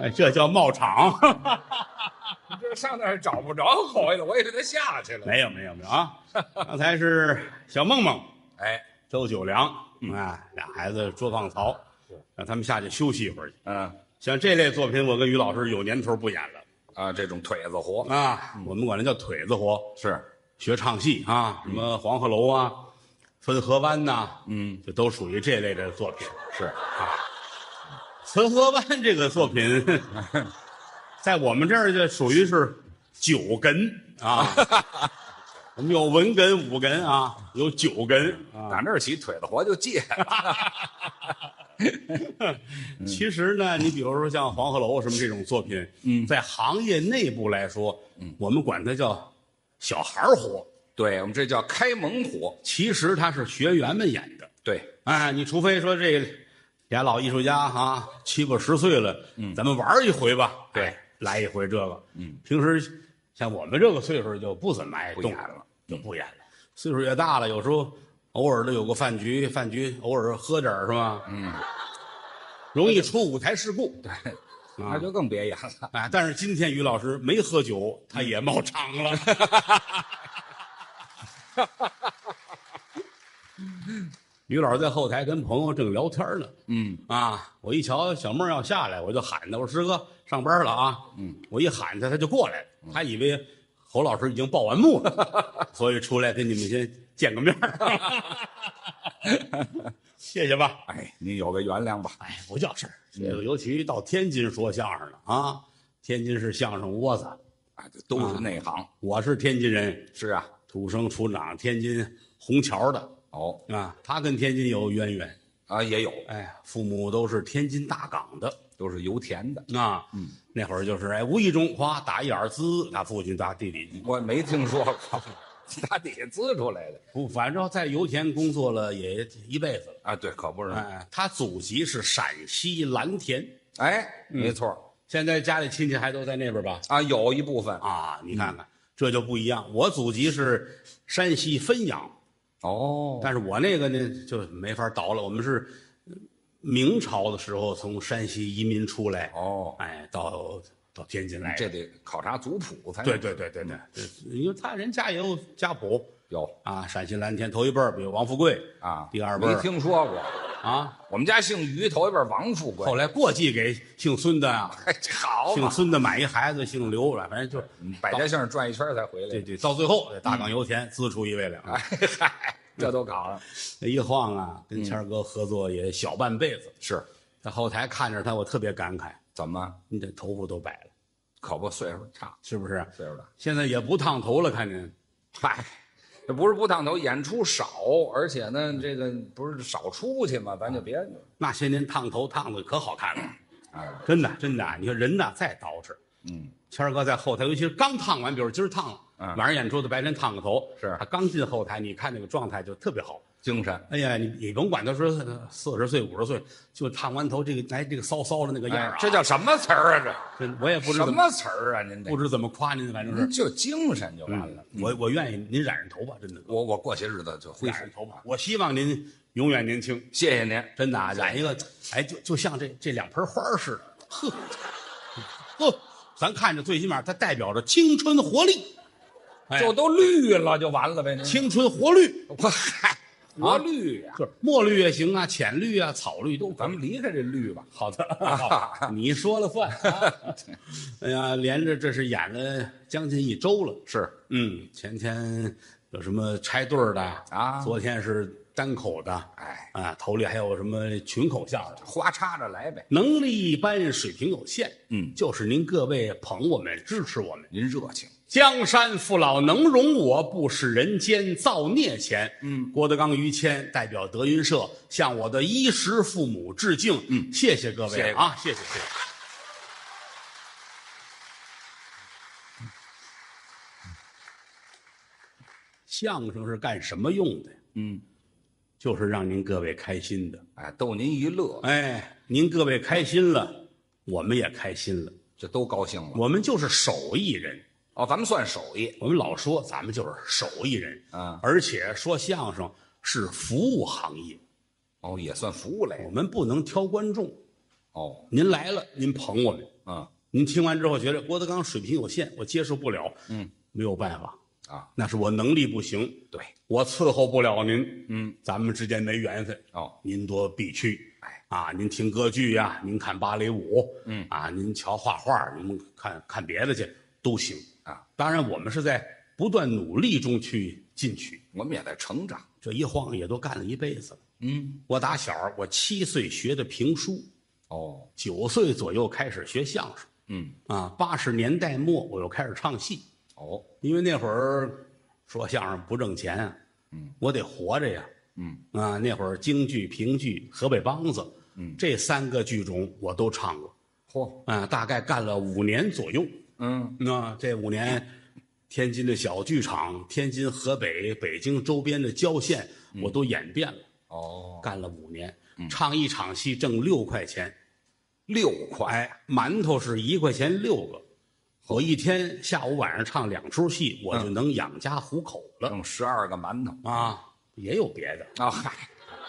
哎，这叫冒场。 你这上那儿找不着口音了，我以为他下去了。没有没有没有啊！刚才是小梦梦、哎，周九良，嗯啊，俩孩子捉放曹，让他们下去休息一会儿去。嗯，像这类作品，我跟于老师有年头不演了啊，这种腿子活啊，我们管它叫腿子活，是，学唱戏啊，什么黄鹤楼啊、汾河湾呐、嗯，这都属于这类的作品。是，啊汾河湾这个作 品，在我们这儿就属于是九哏啊， 我们有文哏、武哏啊，有九哏啊。打那儿起腿子活 就戒了。其实呢，你比如说像《黄鹤楼》什么这种作品，嗯，在行业内部来说，嗯，我们管它叫小孩儿活，对我们这叫开蒙活。其实它是学员们演的。对，哎，你除非说这俩老艺术家啊，七八十岁了，嗯，咱们玩儿一回吧，对哎，来一回这个，嗯，平时像我们这个岁数就不怎么爱不动演了，嗯就不演了。岁数越大了，有时候偶尔的有个饭局，饭局偶尔喝点儿是吧？嗯，容易出舞台事故。对，那就更别演了。哎，但是今天于老师没喝酒，他也冒场了。于老师在后台跟朋友正聊天呢，嗯，啊，我一瞧小妹儿要下来，我就喊她，我说师哥上班了啊，嗯，我一喊她，她就过来了，她以为侯老师已经报完幕了，所以出来跟你们先见个面儿谢谢吧。哎，您有个原谅吧。哎，不叫事儿。这个尤其到天津说相声了啊，天津是相声窝子，啊，这都是内行。我是天津人，是啊，土生土长天津虹桥的哦，啊。他跟天津有渊源，啊，也有，哎，父母都是天津大港的都是油田的。啊。嗯，那会儿就是哎，无意中哗打一眼儿滋，打父亲打弟弟，我没听说过， 打底下滋出来的不，反正在油田工作了也一辈子了。啊，对，可不是吗。哎，他祖籍是陕西蓝田，哎，嗯没错现在家里亲戚还都在那边吧？啊，有一部分啊，你嗯看看、这就不一样。我祖籍是山西汾阳，哦，但是我那个呢就没法倒了。我们是明朝的时候从山西移民出来，哦哎，到到天津来的。这嗯得考察族谱才对对对对对，对因为他人家也有家谱有啊，陕西蓝田头一辈儿，比如王富贵啊，第二辈没儿听说过。啊，我们家姓于，头一辈王富贵后，来过继给姓孙的啊，哎，这 好嗯姓嘛，孙的买一孩子，姓刘，反正就百家姓转一圈才回对来。对，到最后大港油田滋出一位来啊。嗯哎 嗨，这都搞了，那一晃啊，嗯跟谦儿哥合作也小半辈子，是在后台看着他，我特别感慨，怎么？你这头发都白了，可不，岁数差，是不是？岁数大。现在也不烫头了，看见嗨，这不是不烫头，演出少，而且呢，嗯这个不是少出去嘛，咱就啊别那些年烫头烫的可好看了，啊，真的真的，你说人呐再捯饬，嗯，谦儿哥在后台，尤其是刚烫完，比如今儿烫了，嗯晚上演出的白天烫个头，是他刚进后台，你看那个状态就特别好。精神哎呀，你你甭管他说四十岁五十岁，就烫完头这个哎这个骚骚的那个样儿啊，哎，这叫什么词儿啊？真我也不这知怎什么么词儿啊？您这不知怎嗯么夸您，反正是。就精神就完了。我我愿意您染上头发，真的我我过些日子就恢染复上头发。我希望您永远年轻，谢谢您，真的啊，染一个，哎，就就像这这两盆花儿似的，呵，呵，咱看着最起码它代表着青春活力，哎就都绿了就完了呗。您青春活绿，我嗨，我绿呀，就是墨绿也行啊，浅绿啊，草绿都可咱以。们啊离开这绿吧。好的， 好你说了算。啊哎呀，连着这是演了将近一周了。是嗯，前天有什么拆对儿的啊昨天是单口的，哎，啊，头里还有什么群口相声，花插着来呗。能力一般，水平有限。嗯就是您各位捧我们、支持我们。您热情，江山父老能容我，不使人间造孽钱。嗯，郭德纲、于谦代表德云社向我的衣食父母致敬。嗯，谢谢各位谢谢啊，谢谢谢谢。相声是干什么用的呀？嗯，就是让您各位开心的。哎，逗您一乐，哎，您各位开心了，我们也开心了。这都高兴了。我们就是手艺人，哦，咱们算手艺，我们老说咱们就是手艺人啊而且说相声是服务行业，哦，也算服务类我们不能挑观众。哦，您来了，您捧我们，嗯您听完之后觉得郭德纲水平有限，我接受不了，嗯，没有办法，啊，那是我能力不行，对，我伺候不了您，嗯，咱们之间没缘分，哦，您多避去。哎，啊，您听歌剧呀、您看芭蕾舞，嗯啊，您瞧画画，您看看别的去都行啊。当然，我们是在不断努力中去进取，我们也在成长。这一晃也都干了一辈子了。嗯，我打小我七岁学的评书，哦，九岁左右开始学相声，嗯，啊，八十年代末我又开始唱戏，哦，因为那会儿说相声不挣钱啊，嗯，我得活着呀，嗯，啊，那会儿京剧、评剧、河北梆子，嗯这三个剧种我都唱过，嚯，啊，大概干了五年左右。嗯，那这五年，天津的小剧场、天津、河北、北京周边的郊县，嗯我都演遍了，哦，干了五年，嗯唱一场戏挣六块钱，六块，哎，馒头是一块钱六个，我一天下午晚上唱两出戏，嗯我就能养家糊口了弄十二个馒头啊！也有别的，啊！嗨，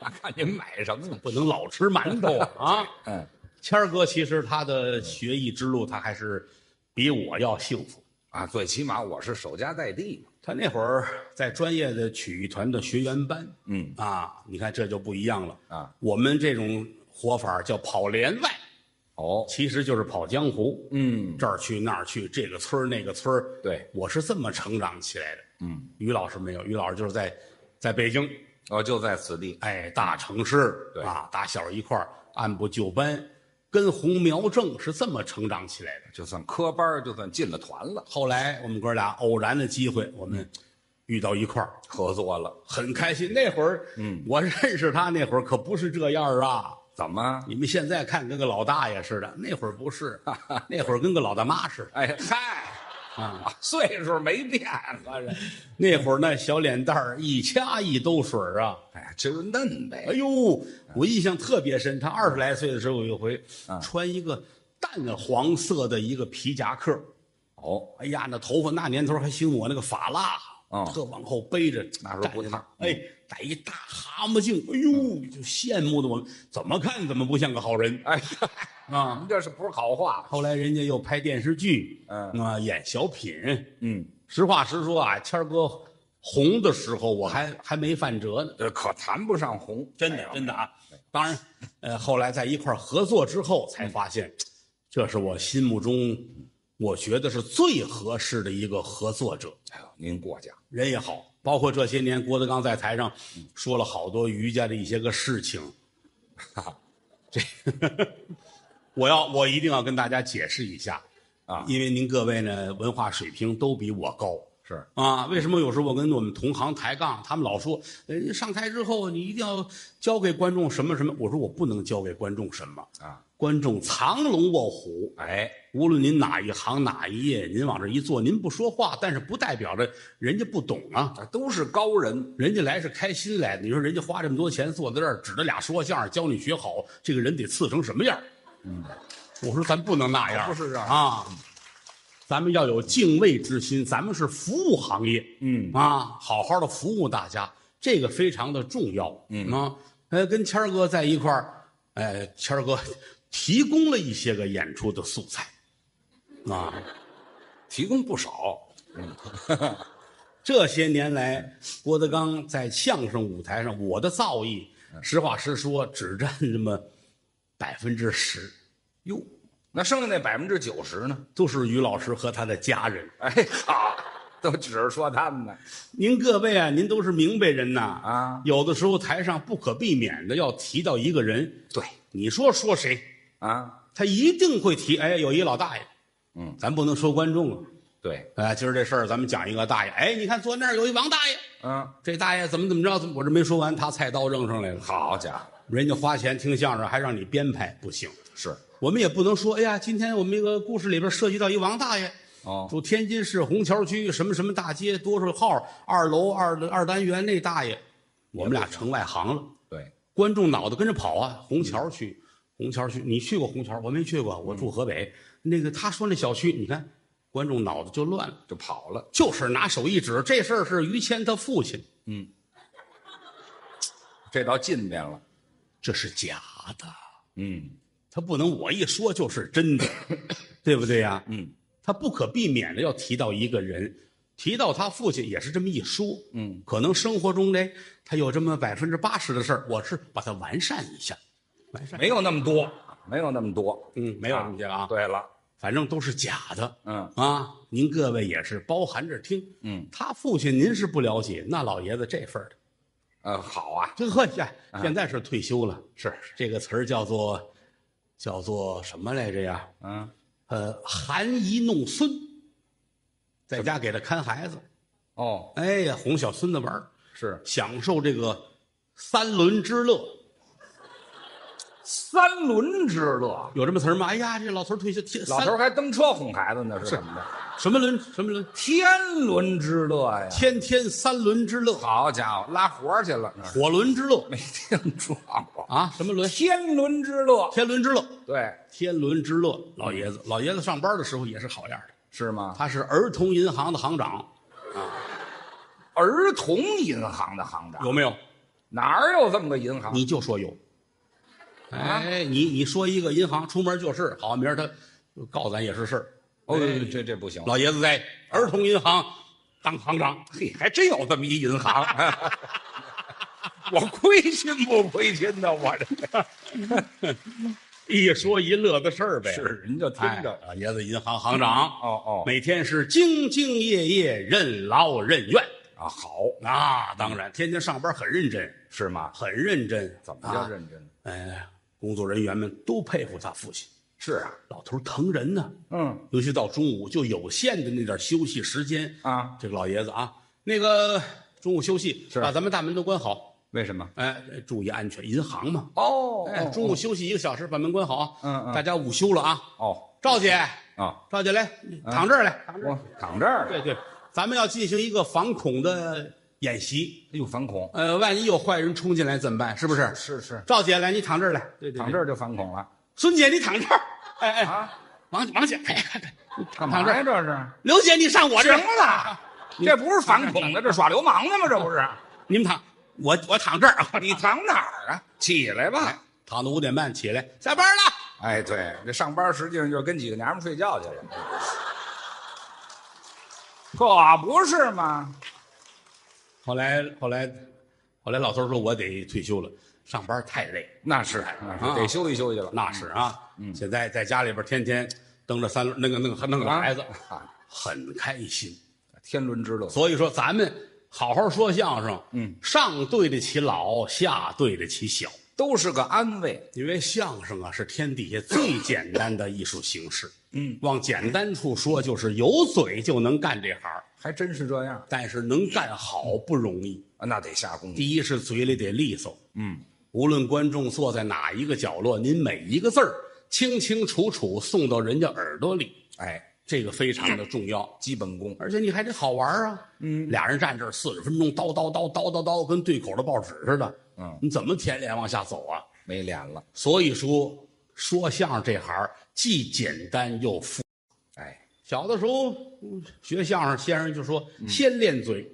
那看您买什么了？不能老吃馒 头啊！啊嗯，谦儿哥其实他的学艺之路，他还是比我要幸福。啊，最起码我是守家在地嘛。他那会儿在专业的曲艺团的学员班，嗯啊，你看这就不一样了啊。我们这种活法叫跑连外，哦，其实就是跑江湖，嗯，这儿去那儿去，这个村儿那个村儿。对，我是这么成长起来的。嗯，于老师没有，于老师就是在在北京，我哦就在此地。哎，大城市对啊，打小一块儿按部就班，跟红苗正是这么成长起来的。就算科班儿，就算进了团了，后来我们哥俩偶然的机会，我们遇到一块儿，合作了，很开心。那会儿，嗯， 我认识他那会儿可不是这样儿啊。怎么？你们现在看跟个老大爷似的，那会儿不 是，那会儿跟个老大妈似哎嗨，的啊。啊岁数没变，合着，那会儿那小脸蛋儿一掐一兜水儿啊。哎，这就嫩呗哎。嗯呦，我印象特别深。他二十来岁的时候，有一回穿一个淡黄色的一个皮夹克，哦，哎呀，那头发那年头还兴我那个发蜡，嗯特往后背着，那时候不站在烫嗯那儿哎，戴一大蛤蟆镜，哎呦，就羡慕的我们怎么看怎么不像个好人哎， 嗨啊。您这是不是好话？后来人家又拍电视剧，嗯啊，演小品。嗯，实话实说啊，谦儿哥红的时候，我嗯还还没犯辙呢，这可谈不上红，真哎的呦真的啊。当然，呃，后来在一块儿合作之后，才发现，嗯这是我心目中我觉得是最合适的一个合作者。哎呦，您过奖。人也好，包括这些年郭德纲在台上说了好多瑜伽的一些个事情，这我要我一定要跟大家解释一下啊因为您各位呢文化水平都比我高。是啊，为什么有时候我跟我们同行抬杠，他们老说，呃，上台之后你一定要教给观众什么什么？我说我不能教给观众什么，啊，观众藏龙卧虎，哎，无论您哪一行哪一业，您往这一坐，您不说话，但是不代表着人家不懂啊。啊都是高人，人家来是开心来的，你说人家花这么多钱坐在这儿，指着俩说相声，教你学好，这个人得次成什么样？嗯，我说咱不能那样，哦不是这样啊，咱们要有敬畏之心，咱们是服务行业，嗯啊，好好的服务大家，这个非常的重要，嗯啊，呃，跟谦儿哥在一块儿，呃，谦儿哥提供了一些个演出的素材，啊，提供不少。这些年来，郭德纲在相声舞台上，我的造诣，嗯实话实说，只占这么百分之十，哟，那剩下那百分之九十呢？都是于老师和他的家人。哎，好，都只是说他们呢。您各位啊，您都是明白人呐啊有的时候台上不可避免的要提到一个人，对，你说说谁，啊，他一定会提。哎，有一老大爷，嗯，咱不能说观众啊。对，哎，今儿这事儿咱们讲一个大爷。哎，你看坐那儿有一王大爷，嗯，这大爷怎么怎么着？怎么我这没说完，他菜刀扔上来了。好家伙，人家花钱听相声还让你编排，不行。是我们也不能说，哎呀，今天我们一个故事里边涉及到一王大爷，哦，住天津市虹桥区什么什么大街多少号二楼二二单元那大爷，我们俩成外行了，对，观众脑袋跟着跑啊。虹桥区，虹桥区，你去过虹桥？我没去过，我住河北。那个他说那小区，你看，观众脑子就乱了，就跑了。就是拿手一指，这事儿是于谦他父亲，嗯，这到近边了。这是假的，嗯，他不能我一说就是真的，对不对呀、嗯，他不可避免的要提到一个人，提到他父亲也是这么一说，嗯，可能生活中呢，他有这么百分之八十的事儿，我是把它完善一下，完善，没有那么多，没有那么多。嗯，没有这么些啊，对了，反正都是假的，嗯啊，您各位也是包含着听，嗯，他父亲您是不了解，那老爷子这份儿的，呃，好啊，这呵，现现在是退休了，是是，这个词儿叫做叫做什么来着呀？嗯，呃，含饴弄孙，在家给他看孩子，哦，哎呀，哄小孙子玩儿是享受这个三轮之乐，三轮之乐。有这么词儿吗？哎呀，这老头儿退休，天老头三儿还蹬车哄孩子呢，是怎么的？什么轮什么轮，天伦之乐呀！天天三轮之乐，好家伙，拉活儿去了，那是火轮之乐 没听说过。啊，什么轮？天伦之乐，天伦之乐，对，天伦之乐，老爷子，老爷子上班的时候也是好样的，是吗？他是儿童银行的行长，儿童银行的行长有没有？哪儿有这么个银行？你就说有。啊哎，你你说一个银行，出门就是，好，明儿他告咱也是事儿。哦，哎这这不行。老爷子在儿童银行当行长，嘿，还真有这么一 银行，哎我亏心不亏心呢？我这一说一乐的事儿呗。是，您就听哎，着。老爷子银行行长，哦哦每天是兢兢业业、任劳任怨。啊，好那当然，天天上班很认真，是吗？很认真。怎么叫啊？认真？哎，工作人员们都佩服他父亲，是啊，老头儿疼人呢、嗯尤其到中午就有限的那点休息时间，啊，这个老爷子啊，那个中午休息，是把咱们大门都关好，为什么？哎，注意安全，银行嘛，哦，哎，哦中午休息一个小时，把门关好啊，嗯嗯大家午休了啊，哦赵姐，啊，赵姐来，躺这儿来，躺这儿，我躺这儿了，对对，咱们要进行一个防恐的演习，哎呦，反恐，呃，万一有坏人冲进来怎么办？是不是？是是，赵姐来，你躺这儿来，对对，躺这儿就反恐了孙姐你躺这儿，哎哎，啊？王王姐，哎哎哎，干嘛呀？这是刘姐你上我这儿，了，这不是反恐的，这耍流氓的吗？这不是？你们躺，我我躺这儿， 你躺哪儿啊？起来吧！躺到五点半起来，下班了。哎，对，这上班实际上就是跟几个娘们睡觉去了，可不是吗？后来后来，后来老头说我得退休了，上班太累。那是，那是得休息休息了。那是啊，嗯现在在家里边天天蹬着三轮，那个那个弄个啊孩子，啊，很开心。天伦之乐，所以说咱们好好说相声，嗯，上对得起老，下对得起小。都是个安慰。因为相声啊是天底下最简单的艺术形式，嗯，往简单处说就是有嘴就能干这行，还真是这样，但是能干好不容易。啊那得下功夫。第一是嘴里得利索，嗯，无论观众坐在哪一个角落，您每一个字儿清清楚楚送到人家耳朵里，哎，这个非常的重要。基本功。而且你还得好玩啊，嗯，俩人站这儿四十分钟，叨叨叨叨叨叨，跟对口的报纸似的，嗯，你怎么舔脸往下走啊？没脸了。所以说，说相声这行儿既简单又复。哎，小的时候嗯学相声，先生就说先练嘴，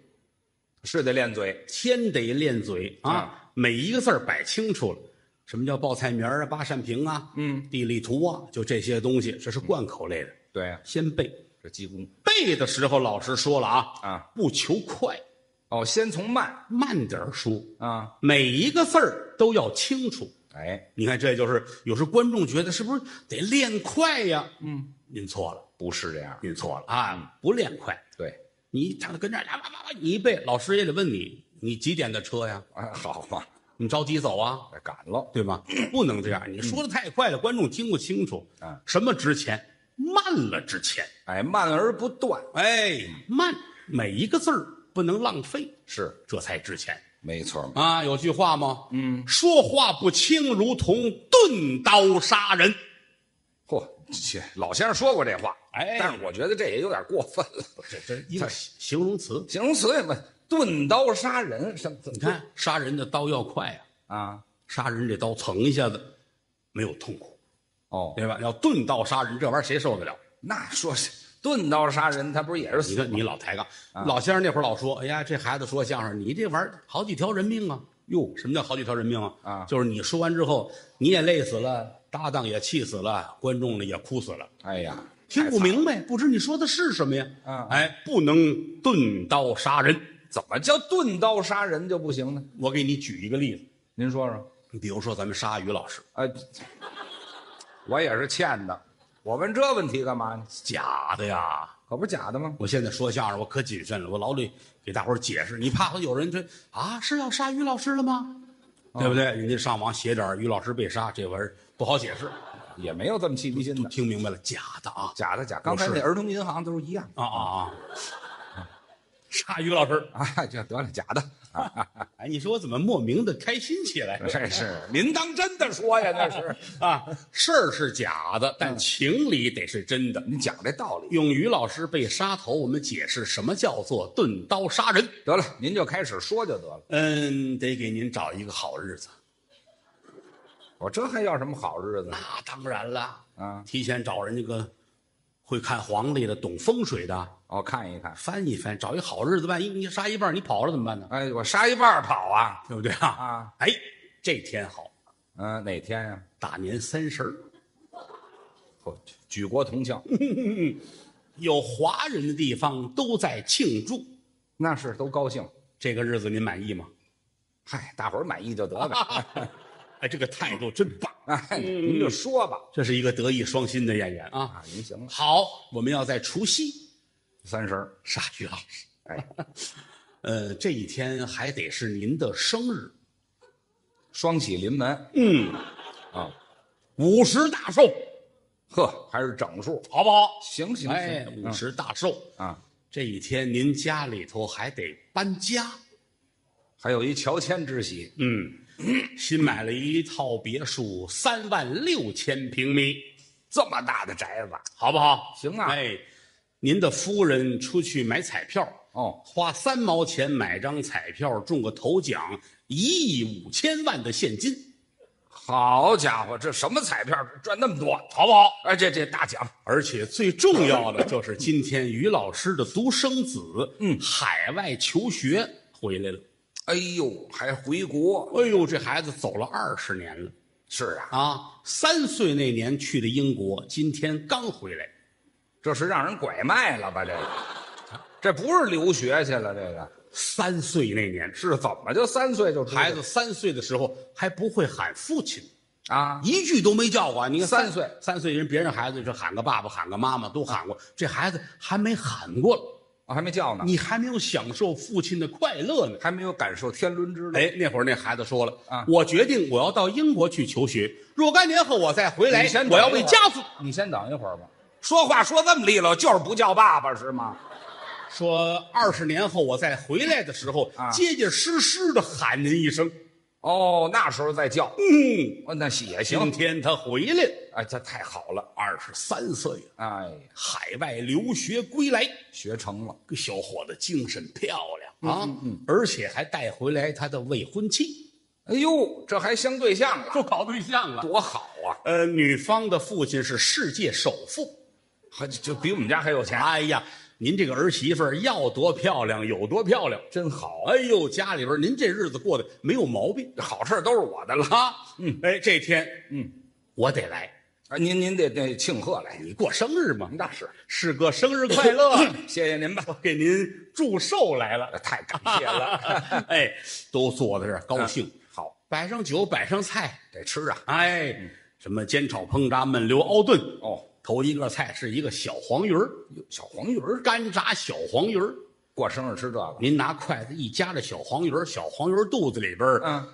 是得练嘴。先得练嘴啊，每一个字儿摆清楚了。什么叫报菜名儿啊、八扇屏啊、嗯，地理图啊，就这些东西，这是贯口类的，对呀、先背。这鸡公背的时候，老师说了啊，啊，不求快，哦，先从慢慢点儿说，啊，每一个字儿都要清楚。哎，你看，这就是有时候观众觉得是不是得练快呀？嗯，您错了，不是这样，您错了啊！不练快，对，你躺跟这儿，哇哇哇，你一背，老师也得问你，你几点的车呀？啊，好嘛，你着急走啊？赶了，对吗？不能这样，你说的太快了，观众听不清楚。嗯啊，什么值钱？慢了值钱。哎，慢而不断，哎，慢，每一个字儿不能浪费，是这才值钱没错嘛，啊！有句话吗？嗯，说话不清，如同钝刀杀人。嚯，切老先生说过这话，哎但是我觉得这也有点过分了， 这这一个形容词。形容词也不钝刀杀人，什么你看，杀人的刀要快啊，啊？杀人这刀蹭一下子，没有痛苦，哦，对吧？要钝刀杀人，这玩意儿谁受得了？那说是钝刀杀人，他不是也是你死看你老抬杠，老先生那会儿老说，哎呀，这孩子说相声，你这玩意儿好几条人命啊！哟，什么叫好几条人命啊？啊就是你说完之后，你也累死了，搭档也气死了，观众呢也哭死了，哎呀，听不明白，不知你说的是什么呀？啊哎，不能钝刀杀人。哎怎么叫钝刀杀人就不行呢？我给你举一个例子，您说说，你比如说咱们鲨鱼老师，哎，我也是欠的，我问这问题干嘛呢？假的呀！可不是假的吗？我现在说相声，我可谨慎了，我老得给大伙儿解释。你怕会有人这啊是要杀于老师了吗？对不对？人家上网写点儿于老师被杀这玩意儿不好解释，也没有这么气迷心都的，听明白了，假的啊假的假。刚才不是那儿童银行都是一 样啊啊啊！杀于老师，啊，这得了，假的。哎哎，你说我怎么莫名的开心起来这是 您当真的说呀？那是啊？事儿是假的，但情理得是真的。您讲这道理。用于老师被杀头，我们解释什么叫做钝刀杀人。得了，您就开始说就得了。嗯，得给您找一个好日子。我这还要什么好日子呢？那当然了，啊提前找人家个会看黄历的、懂风水的我看一看。翻一翻，找一好日子。万一你杀一半，你跑了怎么办呢？哎，我杀一半儿跑啊！对不对啊？啊，哎，这天好，嗯、哪天呀、大年三十儿我去举国同庆，有华人的地方都在庆祝。那是都高兴。这个日子您满意吗？ 嗨，大伙儿满意就得了。哎，这个态度真棒！哎，您就说吧。这是一个德艺双馨的演员啊。啊，您行了，好，我们要在除夕三十儿杀于老师。哎， 呃，这一天还得是您的生日，双喜临门。嗯，啊，五十大寿，呵，还是整数。好不好？行嗯行哎，行，五十大寿，啊，这一天您家里头还得搬家。还有一乔迁之喜。嗯， 新买了一套别墅，三万六千平米，这么大的宅子，好不好？行啊哎，您的夫人出去买彩票，哦，花三毛钱买张彩票，中个头奖，一亿五千万的现金，好家伙，这什么彩票赚那么多？好不好？哎，这这大奖，而且最重要的就是，今天于老师的独生子，嗯，海外求学回来了。哎呦，还回国。哎呦，这孩子走了二十年了。是啊，啊，三岁那年去的英国，今天刚回来。这是让人拐卖了吧？这个，这不是留学去了？这个三岁那年，是怎么就三岁就出去孩子三岁的时候还不会喊父亲，啊？一句都没叫过啊。你看三岁三岁人别人孩子是喊个爸爸，喊个妈妈都喊过，这孩子还没喊过了，我还没叫呢，你还没有享受父亲的快乐呢。还没有感受天伦之乐。哎，那会儿那孩子说了啊我决定我要到英国去求学，若干年后我再回来你先，等我要一为会儿家族。你先等一会儿吧。说话说这么利落，就是不叫爸爸是吗？说二十年后我再回来的时候，啊结结实实的喊您一声。哦，那时候再叫，嗯，哦，那也今行。天他回来了，哎，这太好了。二十三岁了，哎呀，海外留学归来，学成了，这小伙子精神漂亮啊！而且还带回来他的未婚妻，哎呦，这还相对象了，就搞对象了。多好啊！呃，女方的父亲是世界首富。还就比我们家还有 钱，啊哎呀，您这个儿媳妇儿要多漂亮有多漂亮，真好。哎呦，家里边儿您这日子过得没有毛病好事儿都是我的了。啊！嗯，哎，这天嗯，我得来，啊，您您得得庆贺来，你过生日嘛，那是，师哥生日快 乐！啊谢谢您吧，我给您祝寿来了。太感谢了。哎，都坐在这儿高兴，好，摆上酒，摆上菜，得吃啊。哎，什么煎炒烹炸焖溜熬炖，哦，头一个菜是一个小黄鱼儿，哟小黄鱼儿干炸小黄鱼儿。过生日吃这个，您拿筷子一夹着小黄鱼儿，小黄鱼儿肚子里边儿嗯，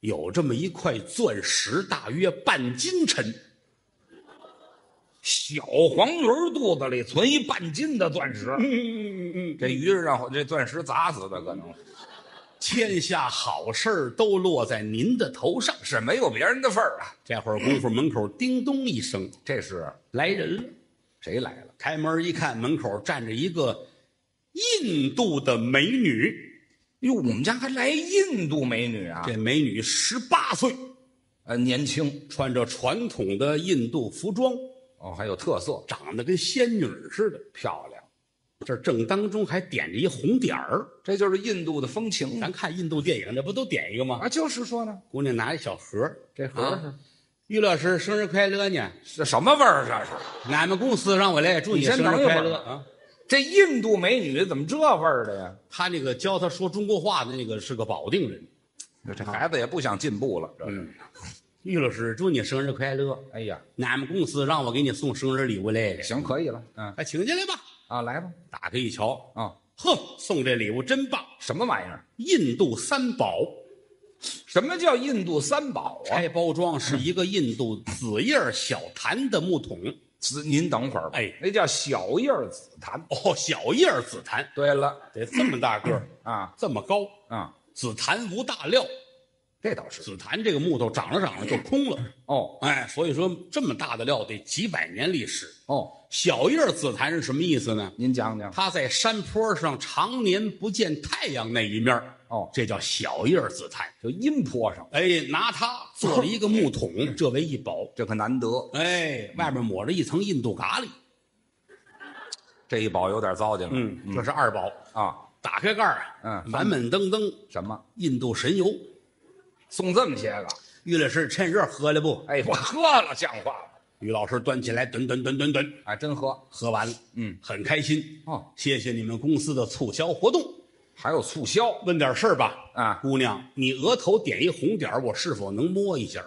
有这么一块钻石，大约半斤沉。小黄鱼儿肚子里存一半斤的钻石，嗯，这鱼儿让我这钻石砸死的，可能天下好事儿都落在您的头上。是没有别人的份儿啊。这会儿功夫，门口叮咚一声，这是来人了。谁来了？开门一看，门口站着一个印度的美女。哟，我们家还来印度美女啊，这美女十八岁，呃，年轻穿着传统的印度服装，哦，还有特色，长得跟仙女似的。漂亮，这正当中还点着一红点儿。这就是印度的风情咱看印度电影，那不都点一个吗？啊，就是说呢，姑娘拿一小盒儿，这盒儿啊于老师生日快乐呢！是这什么味儿？啊这是俺们公司让我来祝你先生等一日会快儿乐吧啊！这印度美女怎么这味儿的呀？他那个教他说中国话的那个是个保定人。嗯这孩子也不想进步了，这是。于老师，祝你生日快乐！嗯哎呀，俺们公司让我给你送生日礼物来了，行，可以了，嗯哎，请进来吧。啊，来吧，打开一瞧，啊，哼，送这礼物真棒！什么玩意儿？印度三宝，什么叫印度三宝啊？拆包装是一个印度紫叶小檀的木桶，紫，您等会儿吧，哎那叫小叶儿紫檀。哦，小叶紫檀，对了，得这么大个儿，啊这么高，啊，紫檀无大料，这倒是。紫檀这个木头长着长着就空了，哦哎，所以说这么大的料得几百年历史。哦，小叶紫檀是什么意思呢？您讲讲。它在山坡上常年不见太阳那一面儿哦这叫小叶紫檀。就阴坡上，哎，拿它做了一个木桶，这为一宝。这可难得。哎，外面抹着一层印度咖喱，这一宝有点糟践了。这是二宝。啊，打开盖儿啊，嗯满满登登，什么印度神油。送这么些个？于老师趁热喝了不？哎，我喝了，像话吗？于老师端起来，吨吨吨吨吨，哎，真喝。喝完了，嗯，很开心。哦，谢谢你们公司的促销活动。还有促销，问点事儿吧，啊姑娘，你额头点一红点儿，我是否能摸一下？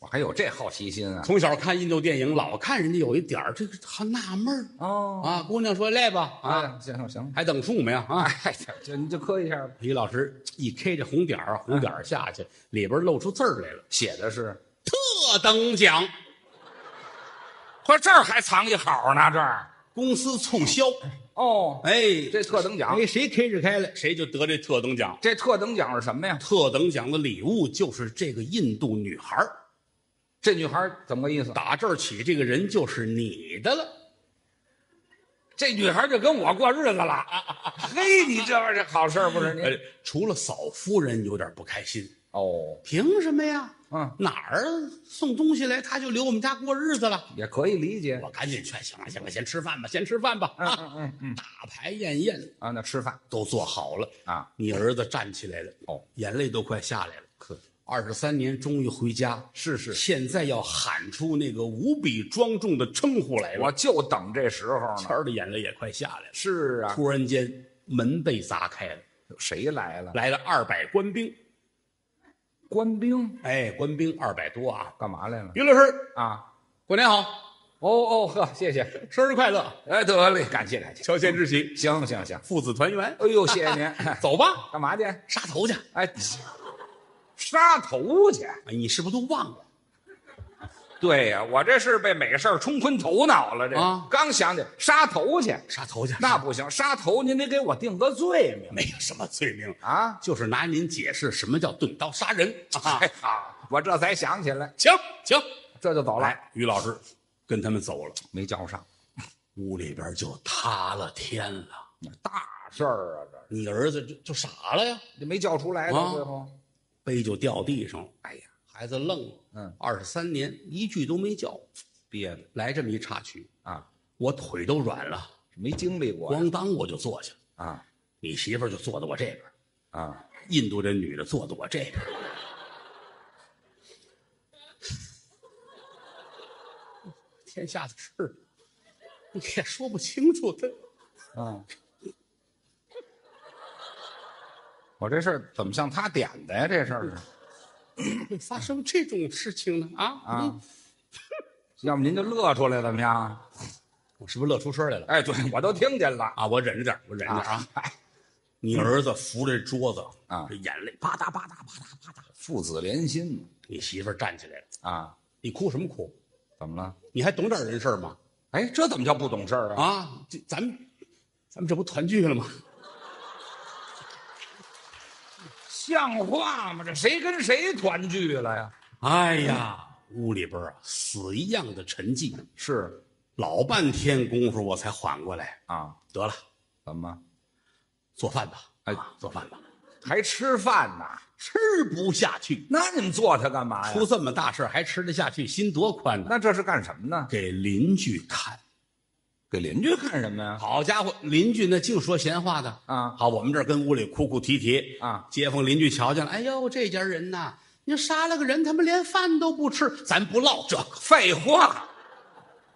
我还有这好奇心啊。从小看印度电影，老看人家有一点儿，这个还纳闷儿哦，啊。姑娘说来吧，啊，啊，行行行，还等数没有啊？哎，这这你就磕一下吧。于老师一 K 这红点儿，红点儿下去，里边露出字儿来了，写的是，特等奖，嚯，这儿还藏一好呢，这儿。公司促销，哦，哎，这特等奖哎，谁 K 着开了，谁就得这特等奖。这特等奖是什么呀？特等奖的礼物就是这个印度女孩儿这女孩怎么个意思？打这儿起，这个人就是你的了。这女孩就跟我过日子了。 嘿，你这玩意儿好事儿不是呃你？，除了嫂夫人有点不开心，哦，凭什么呀？嗯，哪儿送东西来，他就留我们家过日子了？也可以理解。我赶紧劝，行了行了，先吃饭吧，先吃饭吧。嗯嗯嗯嗯。大排宴宴啊，那吃饭都做好了，啊，你儿子站起来了，哦，眼泪都快下来了。可二十三年终于回家，是是现在要喊出那个无比庄重的称呼来了。我就等这时候谦呢。儿的眼泪也快下来了。是啊，突然间门被砸开了，谁来了？来了二百官兵，官兵哎，官兵二百多啊！干嘛来了？于老师，啊，过年好，哦哦呵，谢谢。生日快乐，哎，得嘞，感谢感谢。乔迁之喜，行行行，父子团圆。哎呦，谢谢您。 走吧，干嘛去？杀头去。哎，杀头去。哎，你是不是都忘了？对呀、我这是被美事儿冲昏头脑了，这、啊刚想起杀头去，杀头去，那不行，杀头您得给我定个罪名没有什么罪名，啊！就是拿您解释什么叫钝刀杀人。啊哎好，我这才想起来，请请，这就走了，来，于老师跟他们走了，没叫上，屋里边就塌了天了。大事儿啊，这你儿子就就傻了呀，这没叫出来的、啊最后，杯就掉地上了。哎呀，孩子愣了，嗯，二十三年一句都没叫，憋的来这么一插曲，啊，我腿都软了，没经历过呀咣当我就坐下了，啊你媳妇儿就坐到我这边儿，啊，印度这女的坐到我这边儿，天下的事儿你也说不清楚的。嗯，我这事儿怎么像他点的呀？这事儿是，会发生这种事情呢？啊啊嗯要不您就乐出来怎么样？啊我是不是乐出声来了？哎，对我都听见了啊，我忍着点儿，我忍着点儿啊！哎你儿子扶着桌子啊这眼泪吧嗒吧嗒吧嗒吧嗒。 父子连心嘛你媳妇儿站起来了，啊，你哭什么哭？怎么了？你还懂点人事儿吗？哎，这怎么叫不懂事儿啊？啊，这咱们咱们这不团聚了吗？像话吗？这谁跟谁团聚了呀？哎呀，屋里边儿啊，死一样的沉寂，是老半天功夫我才缓过来。啊，得了，怎么做饭吧，哎啊，做饭吧，还吃饭呢？吃不下去，那你们做它干哎嘛呀出？这么大事儿还吃得下去，心多宽呢。那这是干什么呢？给邻居看，给邻居看什么呀？好家伙，邻居那净说闲话的啊好，我们这儿跟屋里哭哭啼啼啊街坊邻居瞧见了，哎呦，这家人呐，你杀了个人，他们连饭都不吃，咱不唠这个。废话，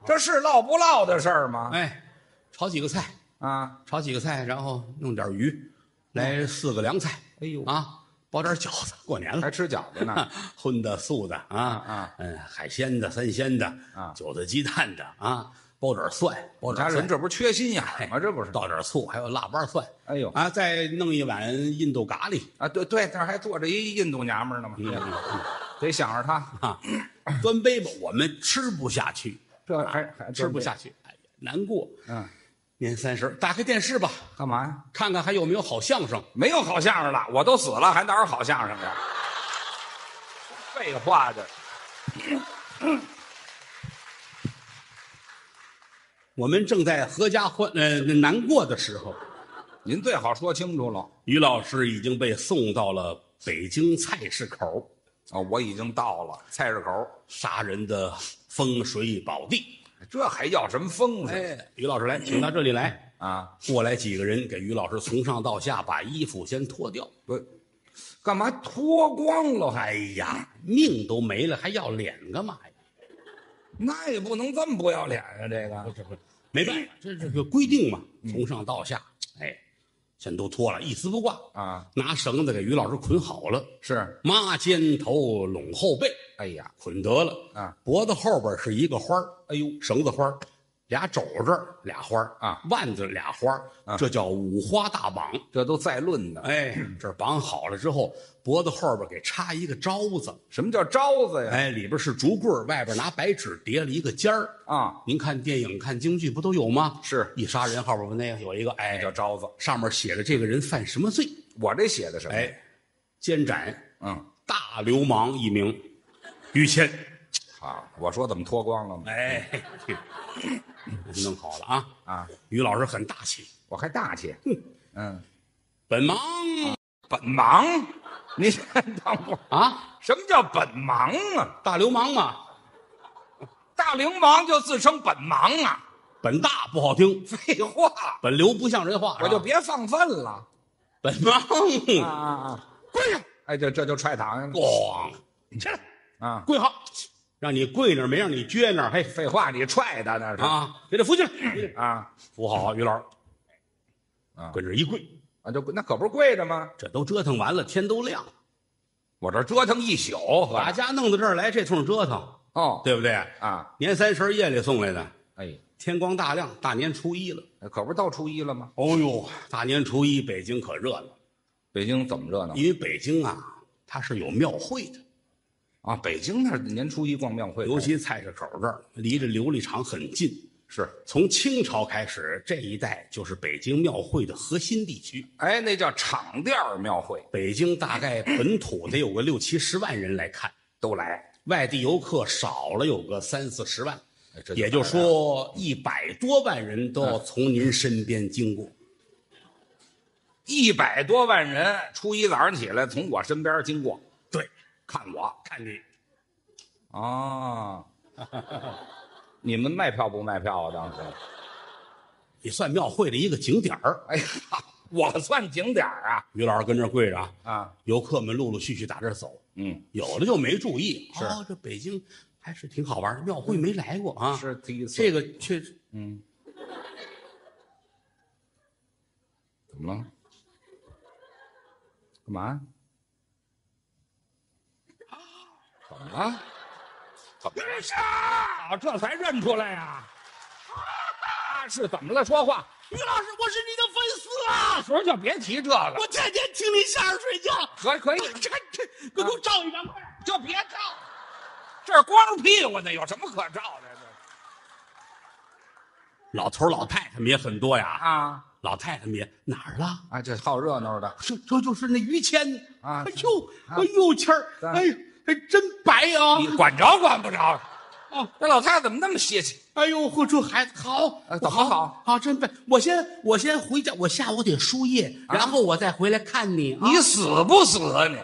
这是落不落的事儿吗？哎，炒几个菜，啊，炒几个菜，然后弄点鱼，来四个凉菜。嗯哎呦啊，包点饺子，过年还了。，吃饺子呢荤的、素的啊啊嗯，海鲜的、三鲜的啊韭菜鸡蛋的啊，包点蒜，包家点人 蒜，这不是缺心眼儿吗？这不是倒点醋，还有腊八蒜。哎呦啊，再弄一碗印度咖喱啊，对对，那儿还坐着一印度娘们儿呢哎嘛，得想着她，啊，端杯吧，我们吃不下去，这还还吃不，下去，哎呀，难过。嗯，年三十，打开电视吧，干嘛呀？看看还有没有好相声。没有好相声了，我都死了，还哪有好相声呀？ 废话的，我们正在阖家欢呃难过的时候，您最好说清楚了。于老师已经被送到了北京菜市口，哦，我已经到了菜市口，杀人的风水宝地。这还要什么疯子、哎，于老师来，请到这里来。啊？过来几个人给于老师从上到下把衣服先脱掉。不，干嘛脱光了哎还？呀，命都没了，还要脸干嘛呀？那也不能这么不要脸啊！这个这不没办法，这这个规定嘛，从上到下，哎，全都脱了，一丝不挂，啊，拿绳子给于老师捆好了，是，抹肩头，拢后背，哎呀，捆得了。啊，脖子后边是一个花儿哎呦，绳子花儿俩肘这儿俩花儿啊腕子俩花儿啊嗯这叫五花大绑。这都再论的。哎，这绑好了之后，脖子后边给插一个招子，什么叫招子呀？哎，里边是竹棍儿，外边拿白纸叠了一个尖儿。啊，您看电影、看京剧不都有吗？是一杀人后边那个有一个，哎，叫招子。上面写着这个人犯什么罪？我这写的什么？哎，，监斩，嗯，大流氓一名，于谦。好，我说怎么脱光了吗？哎， 弄好了啊！啊，于老师很大气，我还大气。嗯，本忙本忙，你先等会儿。啊， 什么叫本忙啊？大流氓嘛，大流氓就自称本忙啊？本大不好听， 废话。本流不像人话，我就是吧别放粪了。本 忙，啊啊啊！跪下！哎，这这就踹堂上了咣，起来，啊！跪好，让你跪那儿没让你撅那儿，嘿废话，你踹的那是啊，给他扶起来，啊扶好于老师，啊跟这一跪，啊！就那可不是跪着吗？这都折腾完了，天都亮了，我这折腾一宿，合把着家弄到这儿来，这通折腾，哦对不对？啊！年三十夜里送来的，哎，天光大亮，大年初一了。可不是到初一了吗？哦呦，大年初一北京可热闹，北京怎么热闹因为北京啊，它是有庙会的，啊？北京那儿年初一逛庙会，尤其菜市口这儿，离着琉璃厂很近。是从清朝开始，这一带就是北京庙会的核心地区。哎，那叫场店儿庙会北京大概本土得有个六七十万人来看，都来，外地游客少了有个三四十万哎这，就嗯也就是说一百多万人都要从您身边经过。一百多万人初一早上起来从我身边经过对，看我看你啊。 你们卖票不卖票啊？当时？ 也算庙会的一个景点儿。哎呀，我算景点儿啊于老师跟这儿跪着啊，啊，游客们陆陆续续打这儿走，嗯，有的就没注意。是哦，这北京还是挺好玩儿，庙会没来过啊。是第一次。这个确实怎么了？干嘛？啊怎么了？怎么了？哎这才认出来呀、啊！是怎么了？说话，于老师，我是你的粉丝啊！说就别提这个，天天听你相声睡觉，哎可可以，这这给我照一张快！就别照，这儿光着屁股呢，有什么可照的？这老头儿老太太们也很多呀，啊老太太们也哪儿了？啊，这好热闹的，这这就是那于谦啊哎呦，啊哎呦，谦儿，啊哎呦，还真白啊！你管着管不着？啊哦，这老太太怎么那么邪气？哎呦，嚯，这孩子好，呃怎么好好？好，真笨！我先我先回家，我下午得输液，然后我再回来看你。啊啊你死不死啊你？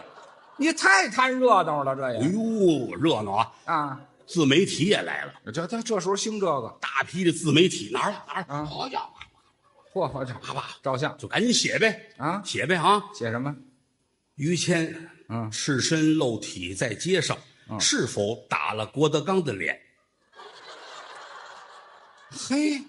你太贪热闹了，这哎也呦，热闹啊！啊！自媒体也来了，这这这时候兴这个，大批的自媒体哪儿了哪儿啊了，好家伙，嚯，我这啪啪照相就赶紧写呗啊写呗啊！写什么？于谦，嗯赤身露体在街上，是否打了郭德纲的脸？嘿，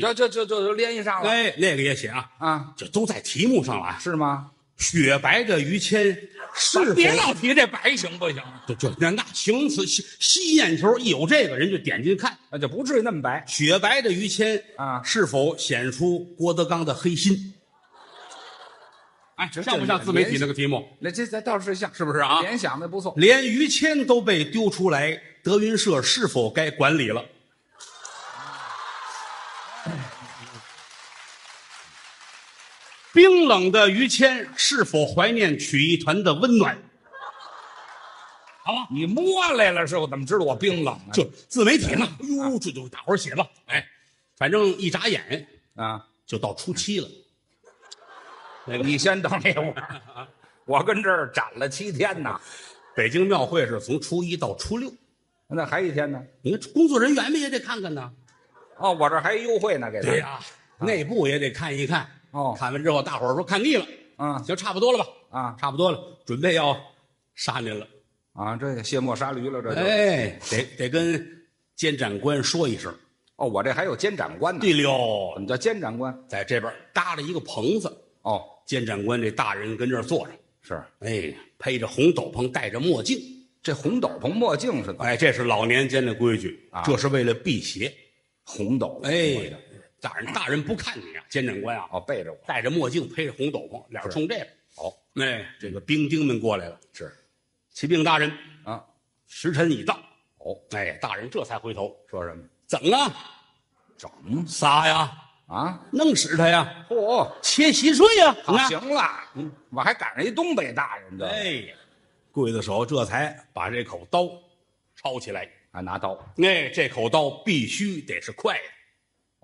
这这这这都联系上了哎，那个也写啊，啊？这都在题目上了啊。是吗？雪白的于谦是否别老提这白行不行？啊就就那那形容词吸吸眼球，一有这个人就点进去看。那就不至于那么白。雪白的于谦啊是否显出郭德纲的黑心？哎，这像不像自媒体那个题目？那这这倒是像，是不是啊联想的不错。连于谦都被丢出来，德云社是否该管理了？冰冷的于谦是否怀念曲艺团的温暖？你摸来了是吧？怎么知道我冰冷啊呢？就自媒体嘛，哎哟，这就大伙儿写吧。哎，反正一眨眼啊，就到初七了。那个你先等那会儿，我跟这儿展了七天呢，北京庙会是从初一到初六，那还一天呢。你看工作人员们也得看看呢。哦，我这儿还优惠呢，给他。对呀、内部也得看一看。哎哦看完之后，大伙儿说看腻了，嗯行，差不多了吧？啊差不多了，准备要杀您了。啊，这个卸磨杀驴了，这就。哎，得得跟监斩官说一声。哦，我这还有监斩官呢。对了怎，么叫监斩官？在这边搭了一个棚子，哦，监斩官这大人跟这儿坐着，是哎，披着红斗篷，戴着墨镜。这红斗篷墨镜是怎么？哎，这是老年间的规矩啊这是为了辟邪。红斗篷墨哎镜，大人大人不看你啊，监斩官啊，哦，背着我。戴着墨镜，披着红斗篷，脸儿冲这个。哦，哎，这个兵丁们过来了，是启禀大人，啊。时辰已到。哦，哎，大人这才回头，说什么？整啊，整杀呀，啊！弄死他呀，嚯、切洗睡呀。好啊，行了，嗯我还赶上一东北大人，这、哎，刽子手这才把这口刀抄起来。还拿刀。哎，这口刀必须得是快的。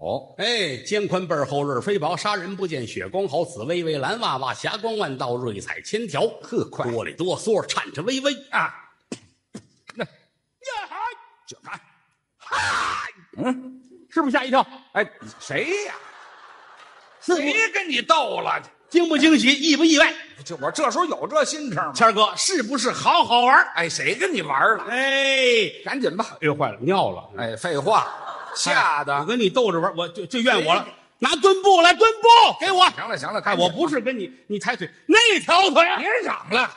哦，哎，肩宽背儿厚，刃儿飞薄，杀人不见血光毫，紫薇薇蓝娃娃，霞光万道，瑞彩千条。呵，快哆里哆嗦，颤颤巍巍啊！这看，嗯是不是吓一跳？哎，谁呀、是谁跟你斗了？惊不惊喜，意不意外？就我这时候有这心肠吗？谦儿哥是不是好好玩儿？哎，谁跟你玩了？哎，赶紧吧！哎呦，坏了，尿了！哎，废话，吓哎我的！跟你斗着玩儿，我就就怨我了。拿墩布来，墩布给我。行了行了，哎，看我不是跟你，你抬腿那条腿。别嚷了，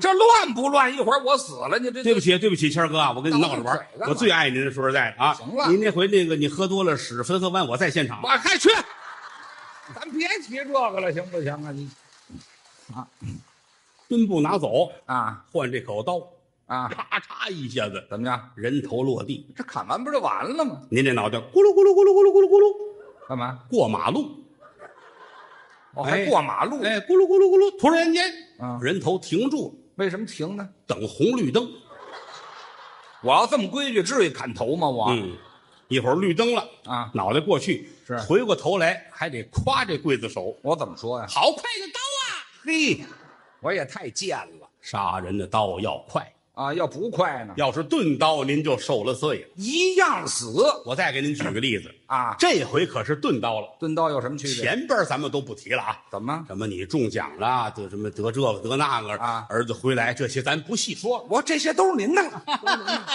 这乱不乱？一会儿我死了，你这嗯对不起，对不起，谦儿哥啊，我跟你闹着玩儿当着嘴干，嘛我最爱您了。说实在的啊，行了您那回那个你喝多了屎分河湾，我在现场我。还去，咱别提这个了，行不行啊？你墩布拿走，啊换这口刀，啊，咔嚓一下子，怎么样？人头落地。这砍完不就完了吗？您这脑袋咕噜咕噜咕噜咕噜咕噜咕噜干嘛？过马路，哦，还哎过马路？哎，咕噜咕噜咕噜，突然间啊，人头停住了，为什么停呢？等红绿灯。我要这么规矩，至于砍头吗？我、嗯，一会儿绿灯了啊脑袋过去是回过头来还得夸这刽子手，我怎么说呀、好快的刀啊！嘿，我也太贱了杀人的刀要快，啊！要不快呢，要是钝刀您就受了罪了。一样死我再给您举个例子，啊！这回可是钝刀了，钝刀有什么区别？前边咱们都不提了啊。怎么？什么你中奖了，得什么得这个得那个啊儿子回来这些咱不细说了。我这些都是您的。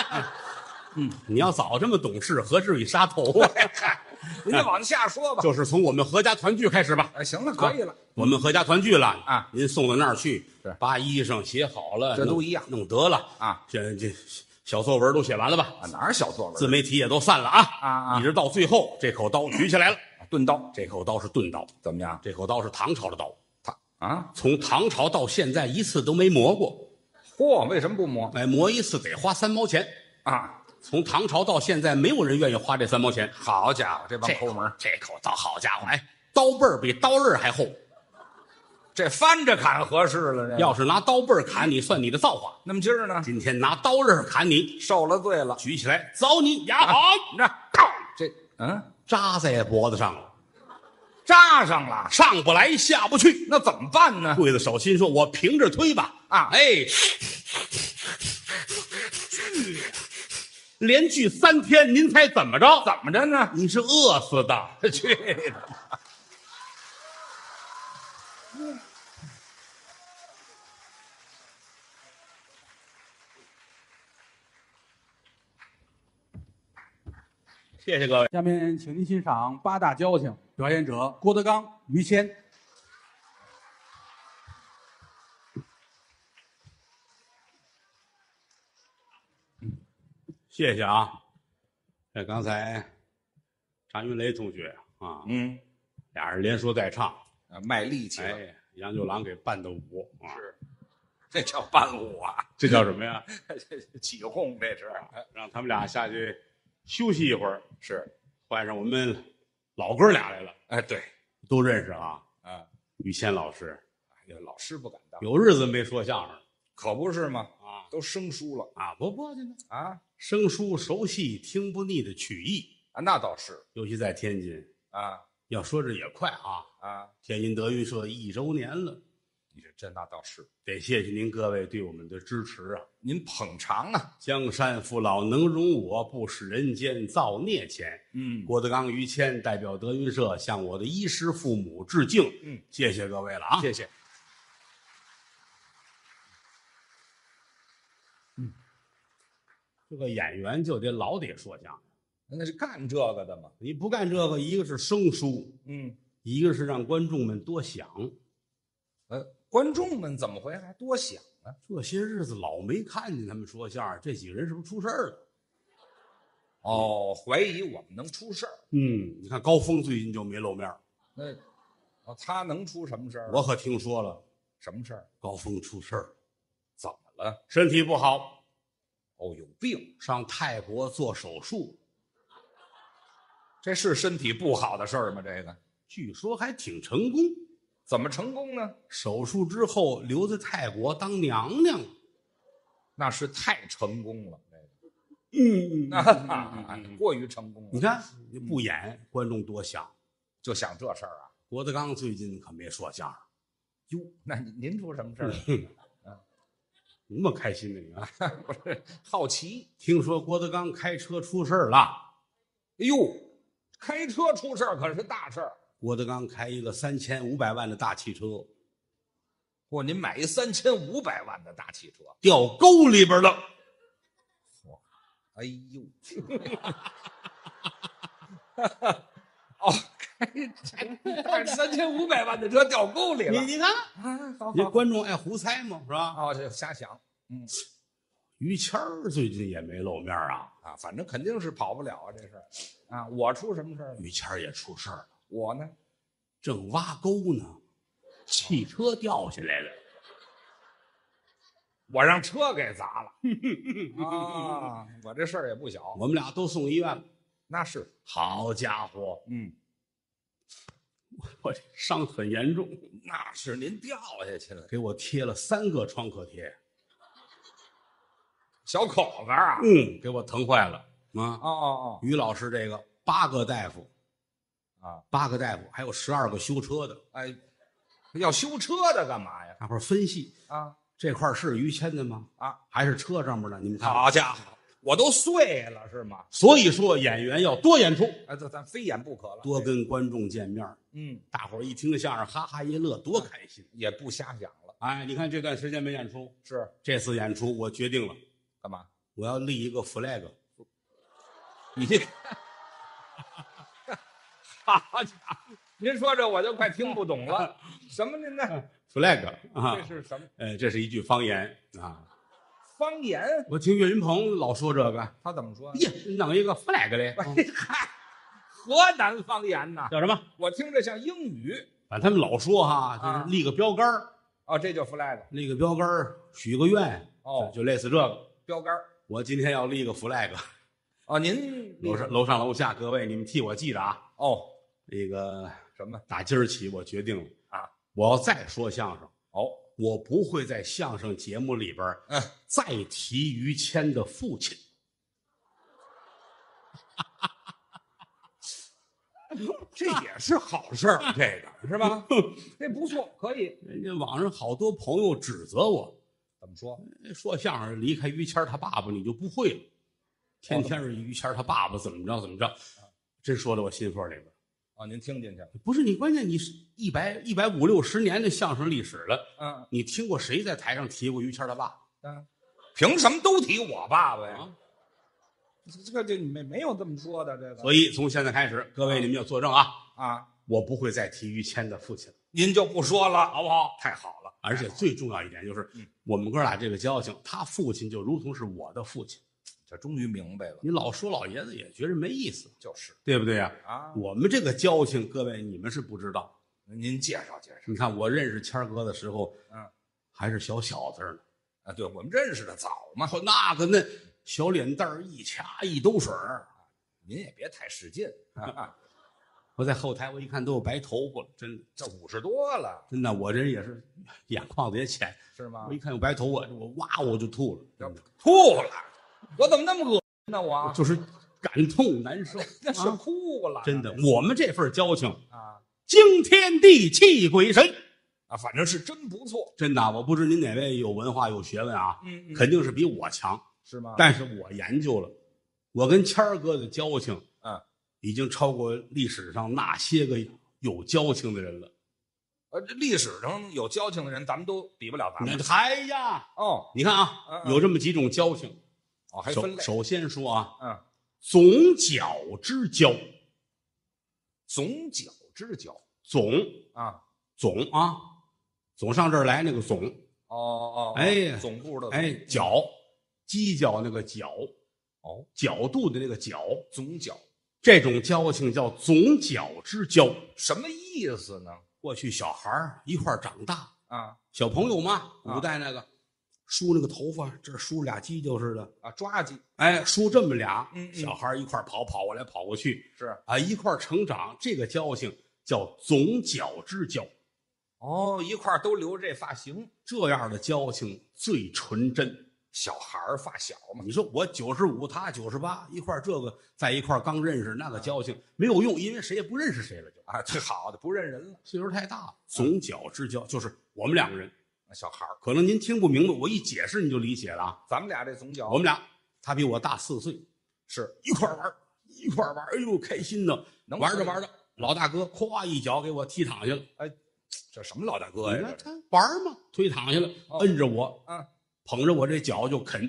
嗯你要早这么懂事，何至于杀头 啊？ 您就往下说吧。就是从我们合家团聚开始吧。哎，行了，可以了。我们合家团聚了啊您送到那儿去是，把衣裳写好了，这都弄一样弄得了啊。这这小作文都写完了吧？啊，哪儿小作文？自媒体也都散了啊啊啊一直到最后，这口刀举起来了。钝刀这口刀是钝刀，怎么样？这口刀是唐朝的刀，他啊，从唐朝到现在一次都没磨过。嚯，为什么不磨哎，磨一次得花三毛钱。啊？从唐朝到现在，没有人愿意花这三毛钱。好家伙，这帮这抠门儿，这口刀好家伙，哎，刀背儿比刀刃儿还厚。嗯这翻着砍合适了。这要是拿刀背儿砍你，算你的造化。那么今儿呢，今天拿刀刃儿砍你，受了罪了。举起来，凿你牙好，这这嗯，扎在脖子上了，扎上了，上不来下不去。那怎么办呢？刽子手心说：“我平啊哎着推吧。”啊哎，连续三天，您猜怎么着？怎么着呢？ 你是饿死的。去你的吧！ 谢谢各位。下面请您欣赏八大交情，表演者郭德纲、于谦。谢谢啊！这刚才张云雷同学啊，嗯，俩人连说带唱，啊卖力气了，哎，杨九郎给伴的舞啊，是，这叫伴舞啊，这叫什么呀？这是起哄这是啊让他们俩下去休息一会儿，是，换上我们老哥俩来了，哎对，都认识啊。啊，于谦老师哎老师不敢当，有日子没说相声了可不是吗？啊都生疏了啊，不不，真的啊生疏熟悉听不腻的曲艺，啊，那倒是尤其在天津，啊要说这也快啊，啊，天津德云社一周年了，你说这那倒是，得谢谢您各位对我们的支持啊。您捧场啊，江山父老能容我，不使人间造孽钱。嗯，郭德纲、于谦代表德云社向我的衣食父母致敬。嗯，谢谢各位了啊！谢谢，这个演员就得老得说相声，那是干这个的嘛，你不干这个，一个是生疏，嗯，一个是让观众们多想。呃，观众们怎么会还多想呢？这些日子老没看见他们说相声，这几个人是不是出事儿了？哦，怀疑我们能出事儿，嗯，你看高峰最近就没露面儿，那哦，他能出什么事儿？啊我可听说了，什么事儿？高峰出事儿，怎么了？身体不好，哦，有病，上泰国做手术，这是身体不好的事儿吗？这个据说还挺成功。怎么成功呢？手术之后留在泰国当娘娘。那是太成功了，这个嗯，那、过于成功了， 你看你不演，观众多想。就想这事儿啊？郭德纲最近可没说相声，哟，那您您出什么事儿了？啊嗯那么开心呢？你看， 不是好奇？听说郭德纲开车出事儿了。哎呦，开车出事儿可是大事儿。郭德纲开一个三千五百万的大汽车嚯、您买一三千五百万的大汽车，掉沟里边了，哎呦，哦，开开三千五百万的车掉沟里你了你看，啊！好人好，观众爱胡猜嘛，是吧？哦，这瞎想于谦儿最近也没露面啊，啊，反正肯定是跑不了啊，这事儿啊。我出什么事儿了？于谦儿也出事儿了，我呢？正挖沟呢，汽车掉下来了。我让车给砸 了啊！我这事儿也不小，我们俩都送医院了。那是好家伙，嗯，我这伤很严重，那是您掉下去了，给我贴了三个创可贴，小口子啊！嗯，给我疼坏了啊！哦哦于老师这个八个大夫，哦啊！八个大夫，还有十二个修车的，哎，要修车的干嘛呀？大伙儿分析啊这块儿是于谦的吗？啊！还是车上面的？你们看，好家伙，我都碎了是吗？所以说演员要多演出，啊，这咱非演不可了。多跟观众见面儿，嗯，大伙儿一听相声哈哈一乐，多开心！也不瞎想了，哎，你看这段时间没演出，是这次演出我决定了，干嘛？我要立一个 flag，你这，好家伙，您说这我就快听不懂了， 什么您呢？ flag 啊，这是什么呃，这是一句方言啊。方言？我听岳云鹏老说这个，他怎么说？呀，弄一个 flag 嘞，哎嗨，河南方言呐，叫什么？我听着像英语反正他们老说哈，啊就是立个标杆儿哦，这叫 flag 立个标杆儿许个愿，哦就类似这个。标杆儿我今天要立个 flag，哦，您楼上楼上楼下各位，你们替我记着啊。哦那个什么打今儿起，我决定了啊，我要再说相声， 哦我不会在相声节目里边儿嗯再提于谦的父亲。这也是好事儿，啊这个是吧？这不错，可以。人家网上好多朋友指责我，哎怎么说？说相声离开于谦儿他爸爸你就不会了，哦天天是于谦儿他爸爸怎么着怎么着，真说到我心缝里边儿。啊，您听进去了。不是你，关键你是一百一百五六十年的相声历史了，嗯你听过谁在台上提过于谦儿他爸嗯，凭什么都提我爸爸呀？啊？这个这没没有这么说的，这个所以从现在开始，各位你们要作证啊，啊，我不会再提于谦的父亲了，您就不说了，好不好？太好了，而且最重要一点就是嗯，我们哥俩这个交情，他父亲就如同是我的父亲。这终于明白了，你老说老爷子也觉着没意思，就是对不对呀、啊，我们这个交情，各位你们是不知道。您介绍介绍你看我认识谦儿哥的时候，嗯，还是小小子呢。啊，对我们认识的早嘛，说那个那小脸蛋儿一掐一兜水儿，您也别太使劲，啊、我在后台我一看都有白头发了，真的这五十多了真的，我这人也是眼眶子也浅，是吗我一？看有白头发，我哇我就吐了，要吐了，我怎么那么恶心呢？我就是感痛难受， 那是啊哭了，真的。我们这份交情啊惊天地泣鬼神，啊，反正是真不错，真的啊，我不知您哪位有文化有学问啊，嗯啊肯定是比我强，是吗？但是我研究了，我跟谦儿哥的交情，嗯，已经超过历史上那些个有交情的人了。呃，这历史上有交情的人，咱们都比不了咱们那还哎呀，哦你看啊啊嗯，嗯有这么几种交情。哦，还分首类，首先说啊，嗯，总角之交，总角之交总啊，总啊，总上这儿来那个总，哦哦，哦哎呀总部的哎，角，犄角那个角，哦，角度的那个角，总角这种交情叫总角之交。什么意思呢？过去小孩儿一块儿长大，啊小朋友嘛，啊古代那个梳那个头发，这儿梳俩犄角似的，啊，抓鸡哎，梳这么俩，嗯嗯小孩儿一块儿跑跑过来跑过去是啊，一块儿成长，这个交情叫总角之交。哦，一块儿都留这发型，这样的交情最纯真。小孩儿发小嘛，你说我九十五，他九十八，一块儿这个在一块儿刚认识，那个交情没有用，因为谁也不认识谁了就，啊，最好的不认人了，岁数太大了。总角之交就是我们两个人，啊小孩儿，可能您听不明白，我一解释你就理解了啊。咱们俩这总角，我们俩，他比我大四岁，是一块儿玩儿，一块儿玩儿，哎呦开心呢！能玩着合理玩着，老大哥咵一脚给我踢躺下了。这什么老大哥你呀看？他玩儿嘛，推躺下了，哦摁着我，嗯，捧着我这脚就啃，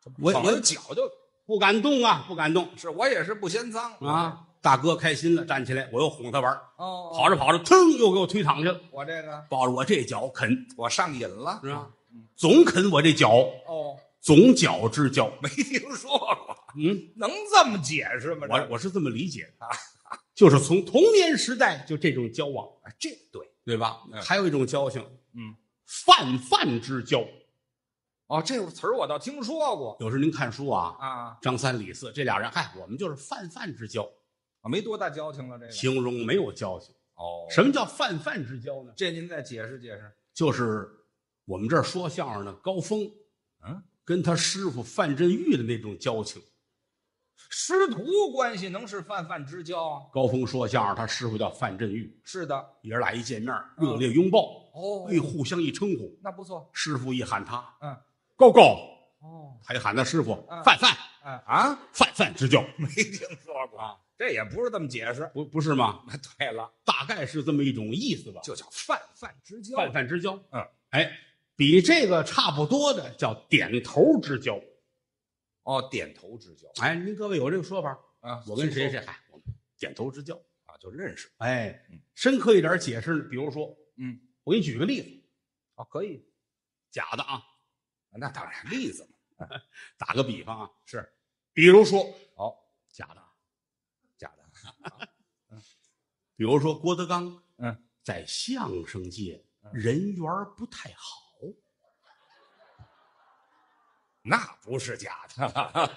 这我捧我着脚就不敢动啊，不敢动是我也是不嫌脏，啊！大哥开心了，站起来，我又哄他玩儿，哦，跑着跑着，腾又给我推躺下了，我这个抱着我这脚啃，我上瘾了，是啊吧嗯？总啃我这脚，哦，总脚之交。没听说过，嗯，能这么解释吗？哎我这我是这么理解的，啊 就是从童年时代就这种交往。哎这对对吧？嗯还有一种交情，嗯，泛泛之交。哦，这个词儿我倒听说过有时您看书啊，啊，张三李四这俩人，嗨，我们就是泛泛之交，我没多大交情了，这个形容没有交情。哦，什么叫泛泛之交呢？这您再解释解释，就是我们这儿说相声的高峰，嗯，跟他师傅范振钰的那种交情。师徒关系能是泛泛之交啊？高峰说相声，他师傅叫范振钰，是的，爷俩一见面嗯热烈拥抱，哦哎，互相一称呼，那不错，师傅一喊他嗯，高高，哦，他一喊他师傅嗯范范哎啊，泛泛之交没听说过，啊，这也不是这么解释。 不不是吗？对了，大概是这么一种意思吧，就叫泛泛之交，泛泛之交。嗯，哎，比这个差不多的叫点头之交。哦，点头之交哎，您各位有这个说法？啊我跟谁谁嗨，我们点头之交。啊就认识哎嗯，深刻一点解释呢，比如说，嗯，我给你举个例子，哦，可以，假的啊，那当然例子嘛，打个比方啊，是比如说，哦，假的啊，假的，比如说郭德纲，嗯，在相声界嗯人缘不太好。那不是假的，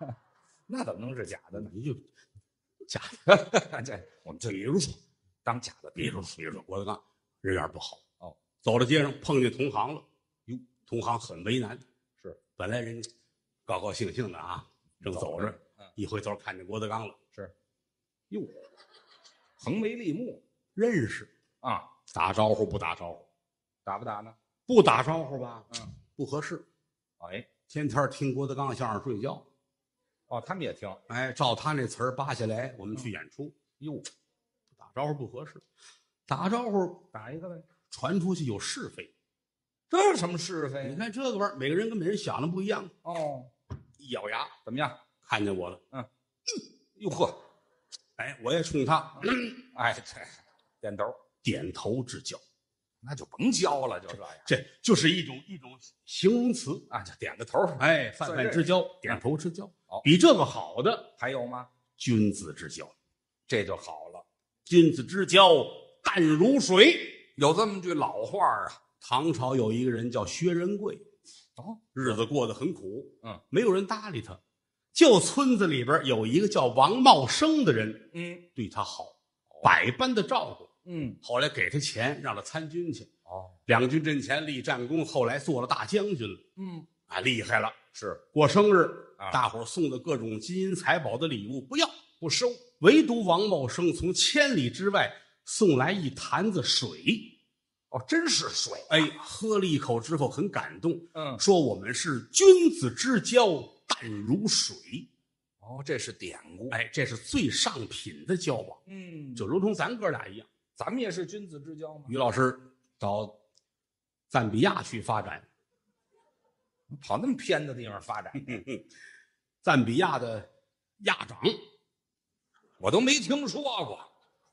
那怎么能是假的呢？ 你就假的，这我们这比如说当假的，比如说，比如说郭德纲人缘不好，哦，走到街上碰见同行了，哟，同行很为难，是本来人家高高兴兴的啊，正走着，嗯一回头看见郭德纲了，是哟，横眉立目认识，啊，打招呼不打招呼？打不打呢？不打招呼吧，嗯，不合适，哎，天天听郭德纲的相声睡觉。哦，他们也听。哎，照他那词儿扒下来，我们去演出。哟，打招呼不合适，打招呼打一个呗。传出去有是非。这有什么是你非？看这个玩意儿，每个人跟每人想的不一样。哦，一咬牙，怎么样？看见我了，哟呵，哎，我也冲他哎，这点头，点头之交。那就甭教了，就这样这就是一种一种形容词，啊，就点个头。哎，泛泛之交，点头之交好。比这个好的，还有吗？君子之交。这就好了。君子之交淡如水。有这么句老话儿啊，唐朝有一个人叫薛仁贵，哦，日子过得很苦，嗯，没有人搭理他。就村子里边有一个叫王茂生的人，嗯对他好，哦百般的照顾。嗯，后来给他钱，让他参军去，哦，两军阵前立战功，后来做了大将军了，嗯，啊，厉害了！是过生日，啊大伙儿送的各种金银财宝的礼物不要，不收。唯独王茂生从千里之外送来一坛子水。哦，真是水。哎，喝了一口之后很感动，嗯，说我们是君子之交淡如水。哦，这是典故。哎，这是最上品的交往，嗯，就如同咱哥俩一样。咱们也是君子之交嘛。于老师到赞比亚去发展，跑那么偏的地方发展，赞比亚的亚长，我都没听说过。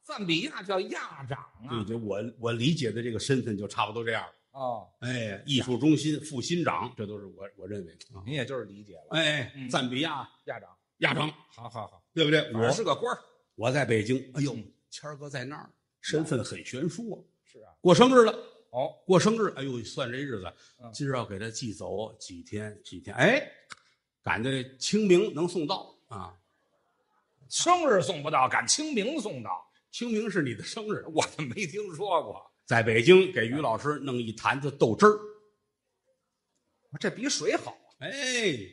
赞比亚叫亚长对啊。对，我我理解的这个身份就差不多这样。哦，哎，艺术中心副新长，这都是我我认为的啊。您也就是理解了。哎嗯，赞比亚亚长，亚长，好好好，对不对？我我是个官儿。我在北京，哎呦嗯，谦儿哥在那儿，身份很悬殊啊。是啊。过生日了。哦，过生日，哎呦，算这日子嗯，今儿要给他寄走几天几天，哎，赶在清明能送到啊。生日送不到，赶清明送到，清明是你的生日，我都没听说过。在北京给于老师弄一坛子豆汁儿，哦这比水好哎，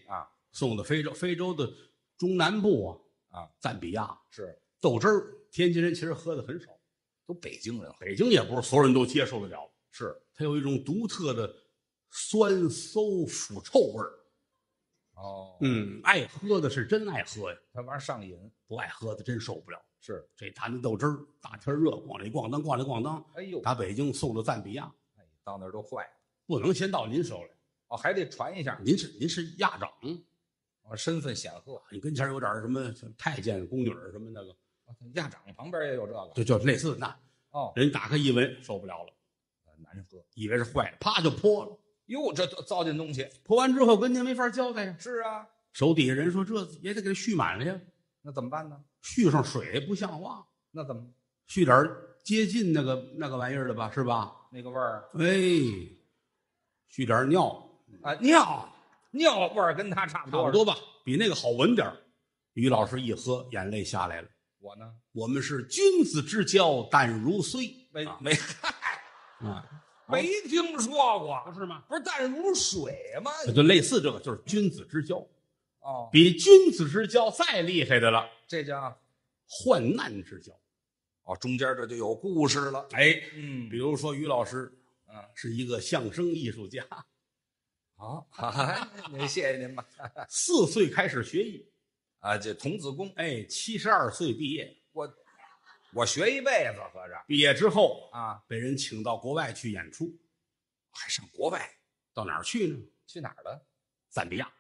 啊！送到非洲，非洲的中南部啊，啊，赞比亚是，豆汁儿，天津人其实喝的很少，都北京人北京也不是所有人都接受得了，是它有一种独特的酸馊腐臭味儿。哦，嗯，爱喝的是真爱喝呀，他玩意儿上瘾不爱喝的真受不了。是。这坛子豆汁儿，大天热，往里咣当咣当咣当，哎呦，打北京送到赞比亚，哎到那儿都坏了不能先到您手里。哦，还得传一下，您是您是亚长，哦身份显赫。你跟前有点什么太监、宫女儿什么那个，哦亚长旁边也有这个就就类似那。哦，呃人打开一闻，受不了了，难喝。以为是坏的，啪就泼了。哟，这糟践东西泼完之后跟您没法交代呀。是啊，手底下人说这也得给续满了呀，那怎么办呢？续上水不像话，那怎么续点儿接近那个那个玩意儿的吧，是吧？那个味儿哎，续点儿尿，啊？尿尿味儿跟它差差不多，不多吧，比那个好闻点儿于老师一喝，眼泪下来了。我呢我们是君子之交淡如水，没啊没啊，没听说过，是吗？不是淡如水吗？就类似这个，就是君子之交，哦，比君子之交再厉害的了，这叫患难之交。哦，中间这就有故事了。哎，嗯比如说于老师啊嗯，是一个相声艺术家，好， 哎您谢谢您吧。四岁开始学艺，啊，这童子功，哎，七十二岁毕业，我我学一辈子，合着毕业之后啊，被人请到国外去演出，还上国外到哪儿去呢？去哪儿了？赞比亚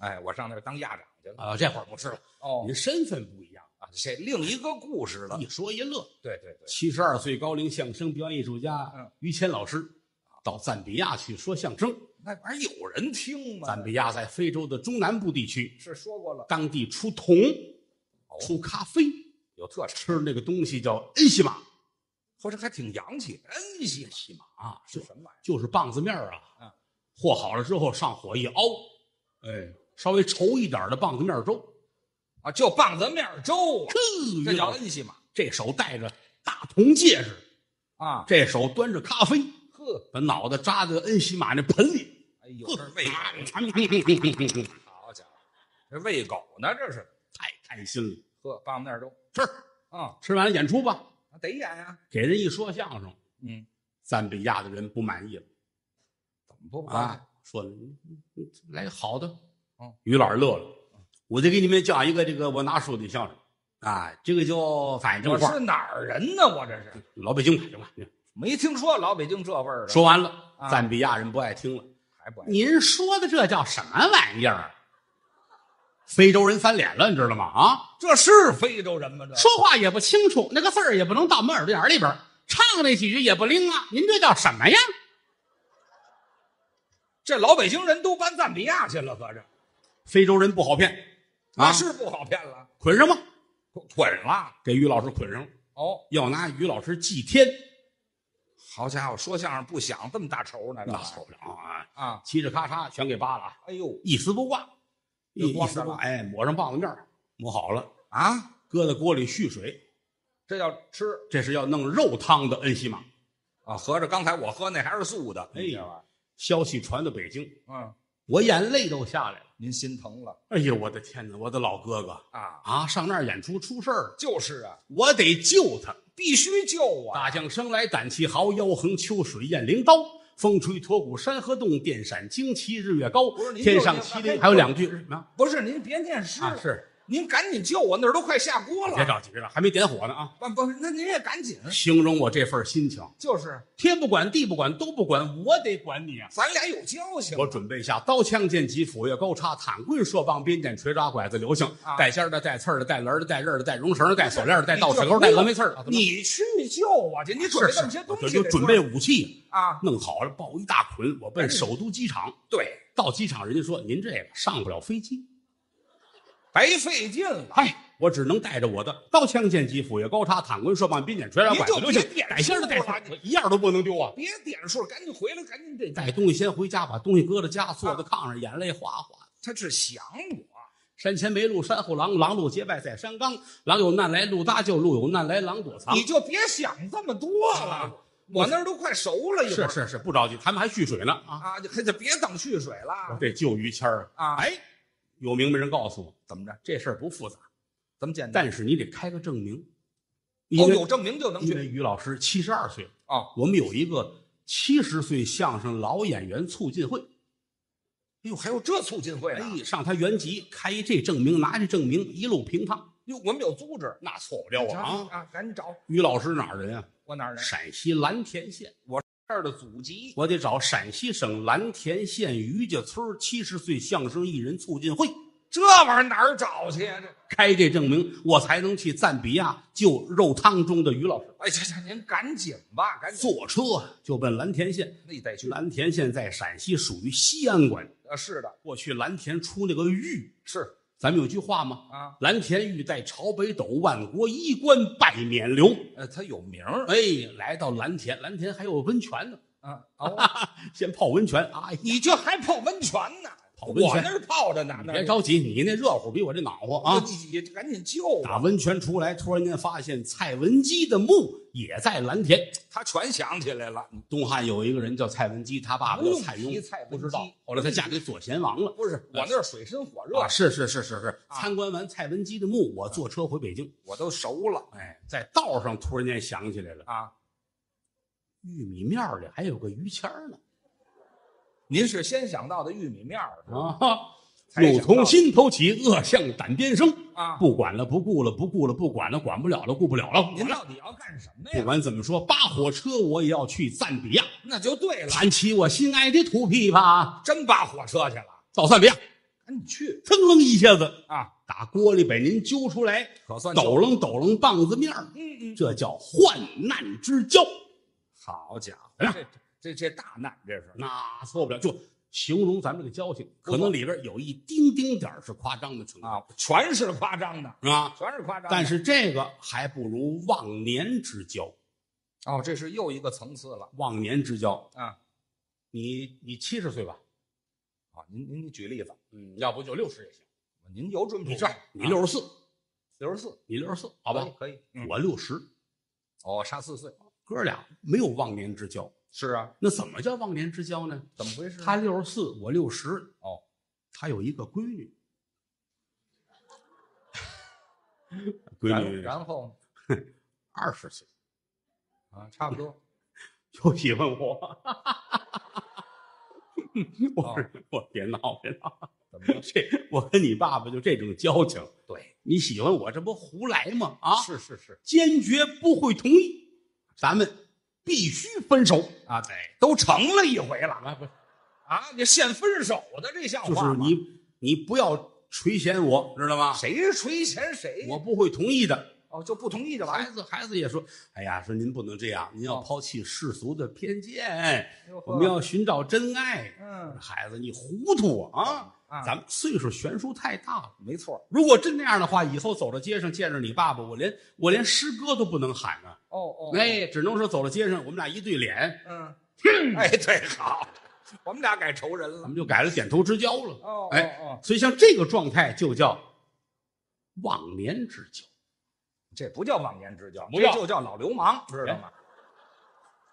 哎，我上那儿当亚长去了。啊，这会儿不是了，哦哎您身份不一样，啊，这另一个故事了。一说一乐。对对对，七十二岁高龄相声表演艺术嗯家于谦老师到赞比亚去说相声。那玩意儿有人听吗？赞比亚在非洲的中南部地区，是说过了，当地出铜、哦出咖啡，有特产，吃那个东西叫恩西玛，或者还挺洋气，恩熙西玛啊，是就什么玩意儿？就是棒子面儿嗯啊，和好了之后上火一熬，哎，稍微稠一点儿的棒子面儿粥。啊，就棒子面粥啊，噗这于叫老师恩熙嘛。这手戴着大铜戒指，啊，这手端着咖啡，呵，把脑袋扎在恩西玛那盆里，哎呦，这喂狗，呵，好家伙，这喂狗呢，这是太开心了。呵，棒子面粥吃啊，吃完了演出吧，得演呀。给人一说相声，嗯，赞比亚的人不满意了怎么不啊！说了，嗯嗯来好的嗯。于老师乐了，我再给你们讲一个这个我拿手的相声啊，这个叫反正我话是，哪儿人呢？我这是老北京反正话。没听说老北京这味儿的，说完了，啊赞比亚人不爱听了。还不爱您说的这叫什么玩意儿？啊非洲人翻脸了，你知道吗？啊，这是非洲人吗？这说话也不清楚，那个字儿也不能到我们耳朵眼儿里边儿，唱那几句也不灵啊。您这叫什么呀？这老北京人都搬赞比亚去了，合着非洲人不好骗，啊那是不好骗 了，捆上吧，捆捆了给于老师捆上了，哦。要拿于老师祭天，好家伙，说相声不想这么大仇呢，这那受不了啊！啊！嘁哧咔嚓全给扒了啊，哎呦一丝不挂，就一光一丝着不了挂，哎，抹上棒子面儿抹好了，啊，搁在锅里蓄水，这叫吃这是要弄肉汤的恩西玛。啊！合着刚才我喝那还是素的，哎呀，消息传到北京，嗯，我眼泪都下来了。您心疼了哎呦，我的天哪，我的老哥哥啊！啊，上那儿演出出事儿了，就是啊，我得救他。必须救啊！大将生来胆气豪，腰横秋水雁翎刀。风吹驼骨山河动，电闪旌旗日月高不是。您天就上您麒还麟，可以还有两句是什么呀？不是您别念诗啊，是您赶紧救我，那儿都快下锅别了。着急，别着急，还没点火呢啊！不不是，那您也赶紧，形容我这份心情，就是天不管地不管都不管，我得管你啊！咱俩有交情。我准备下刀枪剑戟斧钺钩叉躺棍槊棒鞭锏锤抓拐子流星啊，带尖儿的带刺儿的带轮儿的带刃儿的带绒绳儿的带锁链儿的带你倒这齿钩儿带不峨眉刺儿的。啊你去救我去，你准备是这么些是东我西就得准出备来武器，啊？弄好了抱一大捆，我奔首都机场。对，到机场，人家说您这个上不了飞机，白费劲了。哎，我只能带着我的刀枪剑戟斧钺钩叉躺棍槊棒鞭锏锤抓您拐子就别流星点带尖儿的带数刺了儿，我一样都不能丢啊！别点数，赶紧回来，赶紧得。带东西先回家，把东西搁到家，坐在炕上，眼泪哗哗。他是想我，山前没路，山后狼，狼路结拜在山岗。狼有难来路搭救，路有难来狼躲藏你。就别想这么多啊了。我那儿都快熟了，一会是儿是是，不着急，他们还蓄水呢啊！啊，就还就别等蓄水我了得救于谦儿。啊。啊哎，有明白人告诉我，怎么着？这事儿不复杂，怎么简单？但是你得开个证明。因哦，为有证明就能因去为于老师七十二岁，哦。我们有一个七十岁相声老演员促进会，哎呦，还有这促进会呢！啊哎，上他原籍开这证明，拿这证明一路平趟，哟，我们有组织那错不了啊！啊！赶紧找于老师哪儿人啊？我哪儿人？陕西蓝田县，这儿的祖籍我得找陕西省蓝田县于家村七十岁相声艺人促进会这玩意儿哪儿找去啊呀？这开这证明，我才能去赞比亚救肉汤中的于老师。哎，行行，您赶紧吧，赶紧。坐车啊就奔蓝田县，那你再去蓝田县在陕西属于西安管。啊，是的，过去蓝田出那个玉，是咱们有句话吗？啊，蓝田玉带朝北斗，万国衣冠拜冕旒。呃，他有名儿哎，来到蓝田，蓝田还有温泉呢，啊。哦，先泡温泉。哎呀，你这还泡温泉呢？ 泡温泉我那儿泡着呢，那别儿着急，你那热乎比我这暖和啊！你你赶紧救我！打温泉出来，突然间发现蔡文姬的墓也在蓝田。他全想起来了，东汉有一个人叫蔡文姬，他爸爸不叫用蔡提邕，蔡文姬不知道。后来她嫁给左贤王了。不是我那儿水深火热哎啊，，是是是是是。啊参观完蔡文姬的墓，我坐车回北京。我都熟了哎，在道上突然间想起来了，啊。玉米面儿里还有个于谦儿呢。您是先想到的玉米面 儿是吧啊，才怒想到从心头起，恶向胆边生。啊？不管了，不顾了，不顾了，不管了，管不了了，顾不了了。您到底要干什么不呀？管怎么说，扒火车我也要去赞比亚，那就对了，弹起我心爱的土琵琶，真扒火车去了，到赞比亚，赶紧去腾楞一下子啊！打锅里把您揪出来，可算抖楞抖楞棒子面儿嗯嗯，这叫患难之交。好家伙，怎么样这这这大难，这是那错不了，就形容咱们这个交情，不可错能里边有一丁丁点儿是夸张的成分啊，全是夸张的，是吧？全是夸张的。但是这个还不如忘年之交。哦，这是又一个层次了忘年之交，啊！你你七十岁吧，啊，您您您举例子，嗯，要不就六十也行。您有准你你这这样，你六十四，六十四，你六十四，好吧？可以，嗯我六十，哦，差四岁，哥俩没有忘年之交。是啊，那怎么叫忘年之交呢？怎么回事啊？他六十四，我六十。哦，他有一个闺 女，闺然女然后二十岁，啊，差不多，就喜欢我。 我说我别闹别闹，怎么了？这我跟你爸爸就这种交情，对，你喜欢我这不胡来吗？啊，是是是坚决不会同意，咱们必须分手。啊，对，都成了一回了啊，不啊，你现分手的这像就话是吗你你不要垂涎我，知道吗？谁垂涎谁，我不会同意的。哦就不同意就完孩了。子孩子也说，哎呀，说您不能这样，您要哦抛弃世俗的偏见，呦呵我们要寻找真爱。嗯孩子，你糊涂啊！啊咱们岁数悬殊太大了。没错如果真那样的话，以后走到街上见着你爸爸，我连我连诗歌都不能喊啊！哦哦哎，只能说走到街上，我们俩一对脸，嗯，哎对好，我们俩改仇人咱了。们就改了点头之交了。哦哎，哦哦，所以像这个状态就叫忘年之交。这不叫忘年之交，不这叫就叫老流氓，知道吗？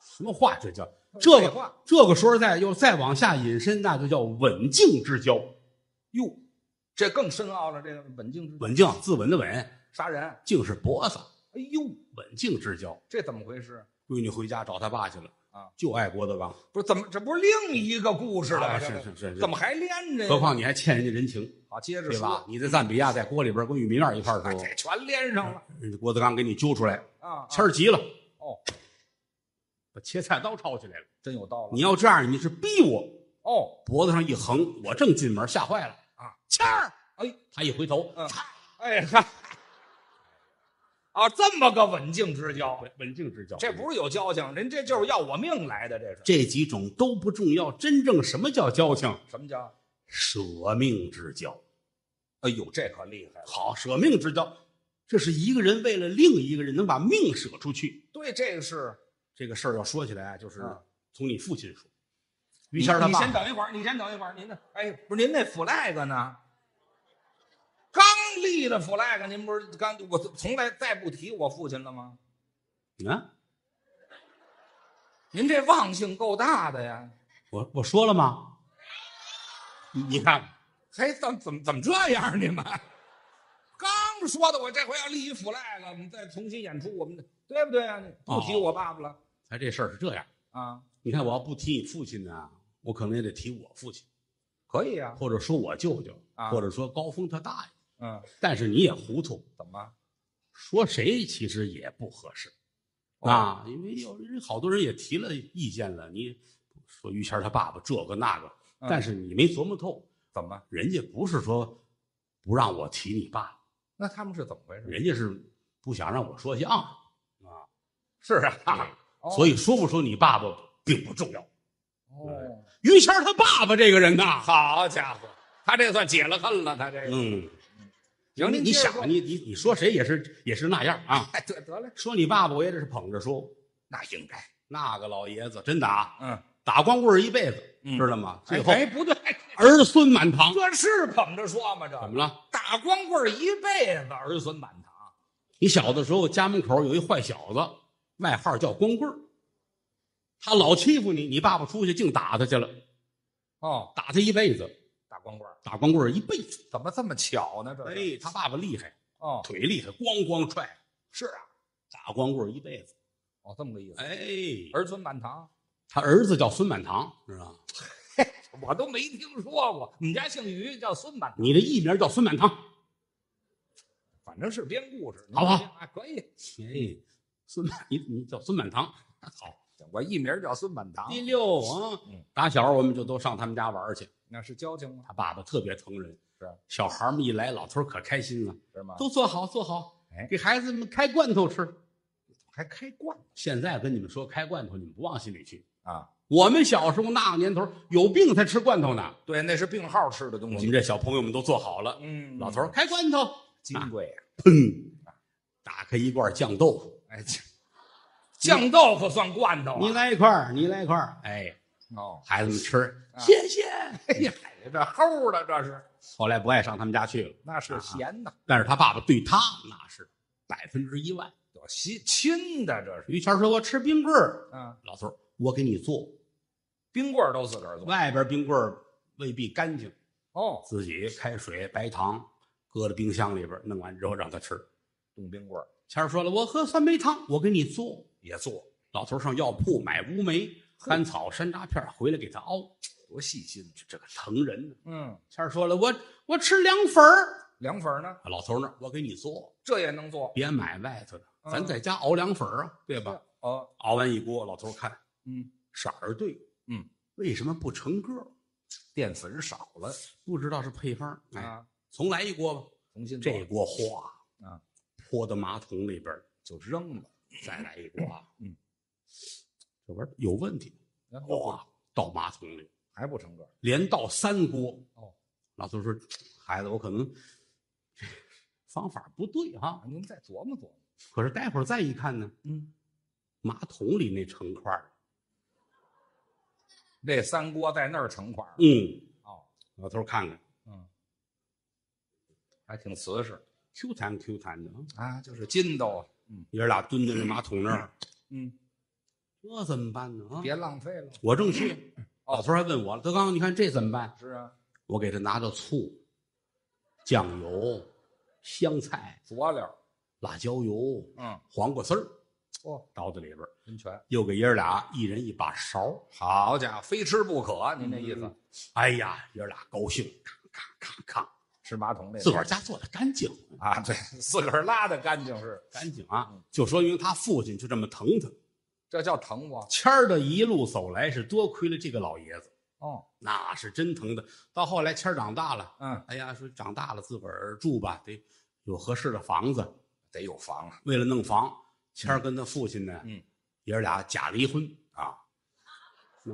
什么话这叫？哎这废个话这个说实在，又再往下引申，那就叫稳静之交。哟，这更深奥了，这个稳静之稳静，自刎的稳，杀人，静是脖子，哎呦，稳静之交。这怎么回事？闺女回家找她爸去了啊，就爱郭德纲。不是怎么这不是另一个故事了吗？啊这是不是是是怎么还连着呀？何况你还欠人家人情，啊，接着对吧说，？你在赞比亚在锅里边跟玉民院一块儿啊住，这全连上了人家郭德纲给你揪出来，啊，谦嗯儿急了，哦，把切菜刀抄起来了。真有道你理。要这样，你是逼我，哦，脖子上一横，我正进门，吓坏了啊！谦儿，哎他一回头，嗯嚓哎哈，啊，这么个稳静之交，稳稳静之交。这不是有交情，人这就是要我命来的，这是这几种都不重要，真正什么叫交情？什么交？舍命之交。哎呦，这可厉害了！好，舍命之交，这是一个人为了另一个人能把命舍出去。对，这个是这个事儿要说起来啊，就是嗯从你父亲说，于谦儿他你你先爸，等一会儿，你先等一会儿，您那哎，不是您那 flag 呢？刚立的 flag，您不是刚我从来再不提我父亲了吗？啊，您这忘性够大的呀！我我说了吗？你你看看，嘿，怎怎么怎么这样啊？你们 刚说的，我这回要立一 flag，我们再重新演出，我们的对不对啊？你不提我爸爸了、哎，这事儿是这样。啊？你看，我要不提你父亲呢、我可能也得提我父亲，可以啊，或者说我舅舅，啊或者说高峰他大爷。嗯，但是你也糊涂，怎么？说谁其实也不合适、哦啊，因为有人好多人也提了意见了，你说于谦儿他爸爸这个那个，嗯但是你没琢磨透，怎么？人家不是说不让我提你爸，那他们是怎么回事？人家是不想让我说相声，是啊，啊哦所以说不说你爸爸并不重要。哦，于谦儿他爸爸这个人呐，好家伙，他这算解了恨了，他这个。嗯，行，你您你接着想说啊，你你你说谁也是也是那样啊，哎，得得嘞，说你爸爸我也得是捧着说，那应该，那个老爷子真的啊，嗯，打光棍儿一辈子，嗯知道吗？最后哎，不对，儿孙满堂，这是捧着说吗？这怎么了？打光棍儿一辈子，儿孙满堂。你小的时候家门口有一坏小子，外号叫光棍儿他老欺负你，你爸爸出去净打他去了，哦，打他一辈子，打光棍儿打光棍儿一辈子。怎么这么巧呢？这是哎，他爸爸厉害，哦，腿厉害，咣咣踹，是啊，打光棍儿一辈子。哦，这么个意思，哎，儿孙满堂，他儿子叫孙满堂，知道吗？我都没听说过。我们家姓于，叫孙满堂，你的艺名叫孙满堂，反正是编故事，好不好啊，可以，哎，孙满，你你叫孙满堂。好，我艺名叫孙满堂第，六啊嗯，打小我们就都上他们家玩儿去。那是交情吗？他爸爸特别疼人，是啊小孩儿们一来，老头儿可开心了，是吗？都坐好坐好哎，给孩子们开罐头吃。还开罐现在跟你们说开罐头，你们不往心里去。啊？我们小时候那个年头有病才吃罐头呢。对，那是病号吃的我东们西。这小朋友们都坐好了，嗯老头儿开罐头，金贵啊，砰，打开一罐酱豆腐，哎，这酱豆腐算罐头啊？你来一块儿，你来一块儿，哎，哦，孩子们吃，啊谢 谢。哎呀，这齁的这是，后来不爱上他们家去了，那是咸的，但是他爸爸对他那是百分之一万。有亲亲的这是，于谦儿说：“我吃冰棍儿。”嗯，老头儿，我给你做，冰棍儿都自个儿做。外边冰棍儿未必干净，哦，自己开水、白糖搁到冰箱里边，弄完之后让他吃。冻冰棍儿谦儿说了，我喝酸梅汤，我给你做。也做，老头儿上药铺买乌梅、甘草、山楂片儿，回来给他熬。多细心。这个疼人呢。嗯，谦儿说了，我我吃凉粉儿，凉粉呢，老头儿那儿我给你做，这也能做，别买外头的，嗯咱在家熬凉粉儿啊，对吧？？哦，熬完一锅，老头儿看嗯，色儿对，嗯，为什么不成个儿？淀粉少了不知道是配方儿，嗯哎，啊，重来一锅吧。重新做这锅哗啊，泼到马桶里边儿，就扔了，再来一锅啊，嗯，这玩意儿有问题，然后哗倒马桶里，还不成个儿。连倒三锅。哦，老头说：“孩子，我可能这方法不对啊。您再琢磨琢磨。可是待会儿再一看呢，嗯，马桶里那成块儿这三锅在那儿成块儿嗯，哦，老头看看嗯，还挺瓷实，Q 弹 Q 弹的啊，啊，就是筋道啊。嗯爷儿俩蹲在那马桶那儿，嗯，这怎么办呢？啊，别浪费了。我正去，哦老头还问我了，德刚，你看这怎么办？是啊，我给他拿到醋、酱油、香菜、佐料。辣椒油、嗯，黄瓜丝儿哦，倒在里边儿，真全。又给爷儿俩一人一把勺儿。好家伙，非吃不可，啊您这意思？哎呀，爷儿俩高兴，咔咔咔咔，吃马桶那自个儿家做的干净，啊，对，自个儿拉的干净是，干净啊嗯！就说明他父亲就这么疼他。这叫疼我。谦儿的一路走来是多亏了这个老爷子，哦，那是真疼的。到后来谦儿长大了，嗯，哎呀，说长大了自个儿住吧，得有合适的房子。得有房啊。为了弄房，谦儿跟他父亲呢，嗯，爷儿俩假离婚啊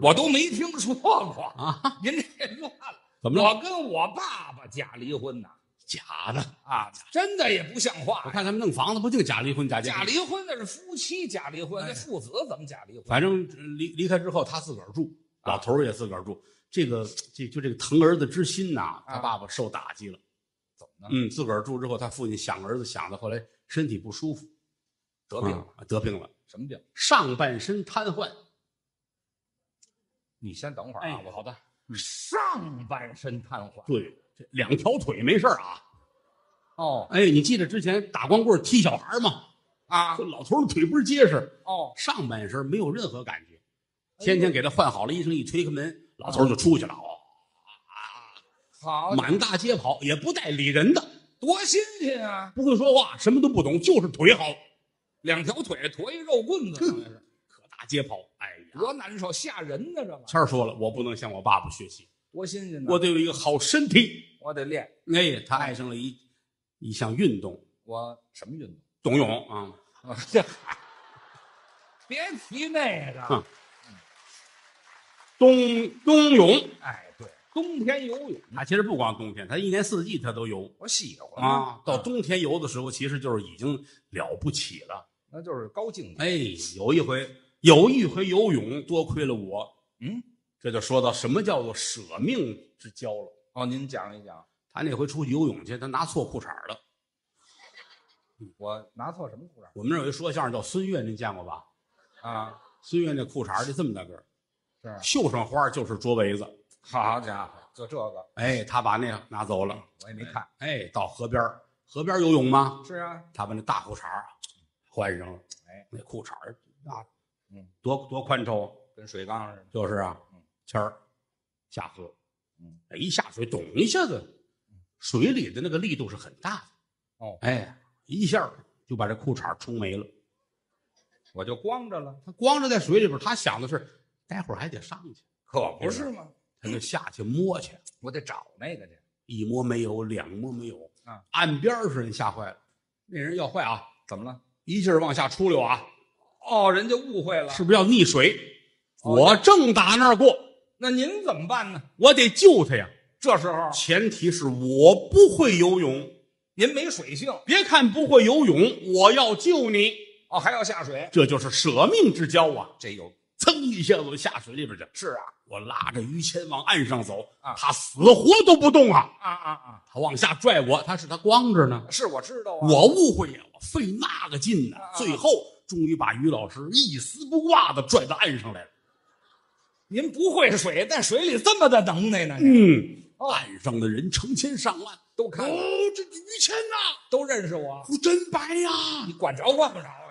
我都没听说过，啊！您这乱了。怎么了？我跟我爸爸假离婚呐，假的！啊，真的也不像话我。看他们弄房子不净假离婚假结婚假离哎婚那是夫妻假离婚，那父子怎么假离婚？反正呃离离开之后，他自个儿住，啊老头儿也自个儿住。这个这就这个疼儿子之心呐、他啊爸爸受打击了。怎么呢？嗯，自个儿住之后，他父亲想儿子想的，后来身体不舒服，得病了？啊得病了，什么病？上半身瘫痪。你先等会儿啊，我好的，上半身瘫痪。对，这两条腿没事儿啊。哦哎，你记得之前打光棍踢小孩吗？啊这老头儿腿不是结实，哦，上半身没有任何感觉，天天给他换好了，医生一推开门，老头儿就出去了，哦，好，满大街跑，也不带理人的，多新鲜啊！不会说话，什么都不懂，就是腿好，两条腿驮一肉棍子，好像是可大街跑。哎呀，多难受，吓人呢，这玩意儿谦儿说了，我不能向我爸爸学习，多新鲜呢！我得有一个好身体。我得练，哎，他爱上了一一项运动，我什么运动？ 冬泳啊。啊这别提那哼个，冬冬泳，哎，对，冬天游泳他其实不光冬天，他一年四季他都游我喜欢啊。到冬冬天游的时候，其实就是已经了不起了。那就是高境界。哎，有一回，有一回游泳，多亏了我。嗯，这就说到什么叫做舍命之交了。哦，您讲一讲，他那回出去游泳去，他拿错裤衩了。我拿错什么裤衩我们那儿有一说相声叫孙越，您见过吧？啊？孙越那裤衩儿就这么大个儿，是啊，绣上花儿就是捉围子。好家伙，就这个哎，他把那个拿走了。我也没看。哎，到河边儿河边儿游泳吗？是啊，他把那大裤衩儿换上了。哎，那裤衩儿啊，嗯，多多宽敞啊，跟水缸似的。就是啊嗯，谦儿下河，哎嗯，一下水，咚一下子，水里的那个力度是很大的。哦哎，一下就把这裤衩儿冲没了。我就光着了，他光着在水里边儿，他想的是待会儿还得上去，可不是吗？他就下去摸去，我得找那个去。一摸没有，两摸没有，啊，岸边儿是人吓坏了，那人要坏啊，怎么了？一劲儿往下出溜啊，哦，人家误会了。是不是要溺水？哦我正打那儿过，那您怎么办呢？我得救他呀。这时候前提是我不会游泳。您没水性别看不会游泳，我要救你，哦，还要下水，这就是舍命之交啊！这有噌一下子下水里边去，是啊我拉着于谦往岸上走，啊他死活都不动啊！啊啊啊！他往下拽我，他是他光着呢，是我知道啊，我误会呀，我费那个劲呢、啊啊啊最后终于把于老师一丝不挂的拽到岸上来了。您不会水，在水里这么的能耐呢？您嗯，哦岸上的人成千上万，都看了哦，这于谦呐、都认识我，真白呀、你管着管不着啊？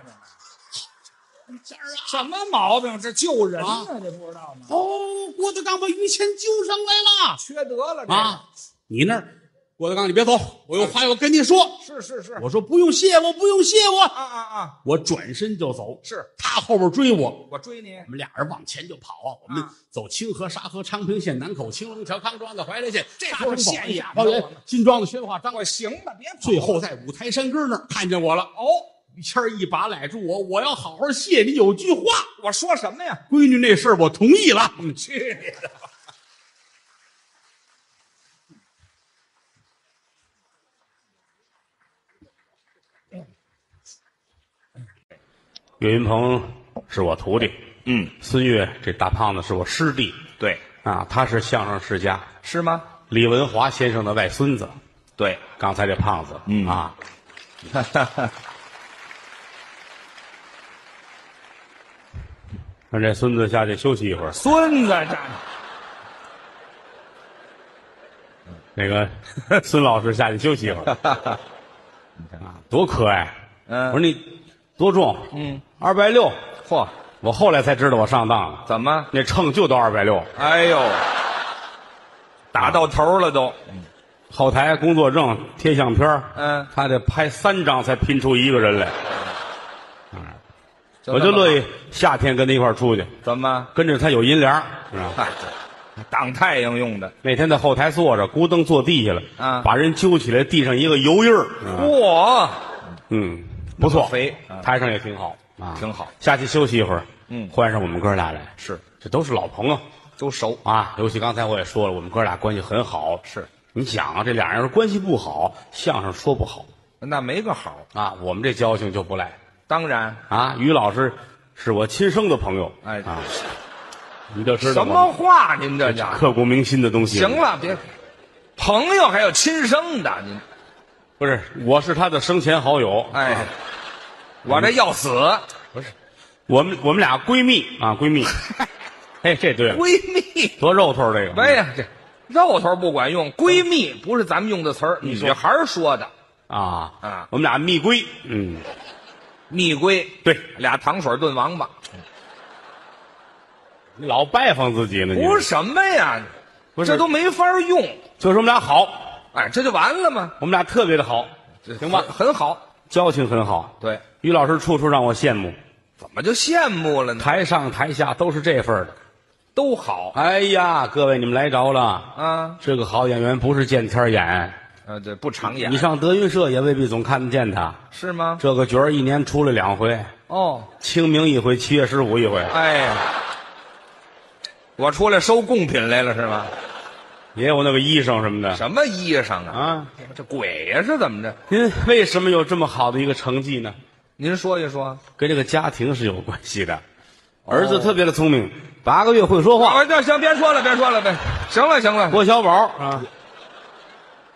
什么毛病？这救人啊呢？这不知道吗？哦，郭德纲把于谦揪上来缺德了这了啊！你那儿，郭德纲，你别走，我有话要跟你说。是是是，我说不用谢我，不用谢我，啊啊啊！我转身就走。是他后边追我，我追你嗯我们俩人往前就跑啊。我们啊走清河、沙河、昌平县、南口、青龙桥、康庄的怀来县，这大时候城堡现眼大花了园我们金庄的宣化、张我行吧，别跑最后在五台山根儿那儿看见我了，哦，于谦儿一把揽住我，我要好好谢你有句话。我说什么呀？闺女那事儿我同意了，去你的！岳云鹏是我徒弟，嗯，孙越这大胖子是我师弟，对，啊，他是相声世家是吗？李文华先生的外孙子。对，刚才这胖子，嗯啊，让这孙子下去休息一会儿。孙子站那个孙老师下去休息一 会儿，啊，多可爱！嗯我说你多重？嗯，二百六。嚯，我后来才知道我上当了，怎么？那秤就到二百六。哎呦，打到头了都，后台工作证贴相片儿嗯他得拍三张才拼出一个人来。我这就么乐意夏天跟他一块儿出去，怎么？跟着他有阴凉，是吧？嗨，这挡太阳用的，那天在后台坐着，咕噔坐地下了，啊把人揪起来，地上一个油印儿，嚯，嗯，不错，肥啊台上也挺好啊，挺好下去休息一会儿，嗯换上我们哥俩来，是这都是老朋友都熟，啊，尤其刚才我也说了，我们哥俩关系很好，是，你想啊，这俩人要是关系不好，相声说不好那没个好，啊，我们这交情就不赖当然，啊。于老师是我亲生的朋友，哎啊，你就知道什我们么话您这这叫？刻骨铭心的东西，行，了，别，朋友还有亲生的，您不是，我是他的生前好友，哎，我这要死，我们我们俩闺蜜啊，闺 蜜，哎，这对了，闺蜜，多肉头这个，哎呀，这肉头不管用，闺蜜不是咱们用的词儿，嗯女孩儿说的，啊啊我们俩蜜闺，嗯，蜜闺，对俩糖水炖王八，你老拜访自己呢，你不是什么呀，哎不是这都没法用，就是我们俩好，哎，这就完了吗？我们俩特别的好，这行吧很很好，交情很好。对，于老师处处让我羡慕，怎么就羡慕了呢？台上台下都是这份儿的。都好哎呀，各位你们来着了，啊，这个好演员不是见天儿演，呃，这不常演你上德云社也未必总看得见他。是吗？这个角儿一年出来两回，哦，清明一回，七月十五一回。哎，我出来收贡品来了是吗？也有那个医生什么的什么衣裳啊？啊。这鬼呀、是怎么着？您为什么有这么好的一个成绩呢？您说一说。跟这个家庭是有关系的。儿子特别的聪明，八个月会说话。哦，那行，别说了，别说了，别，行了，行了。郭小宝啊，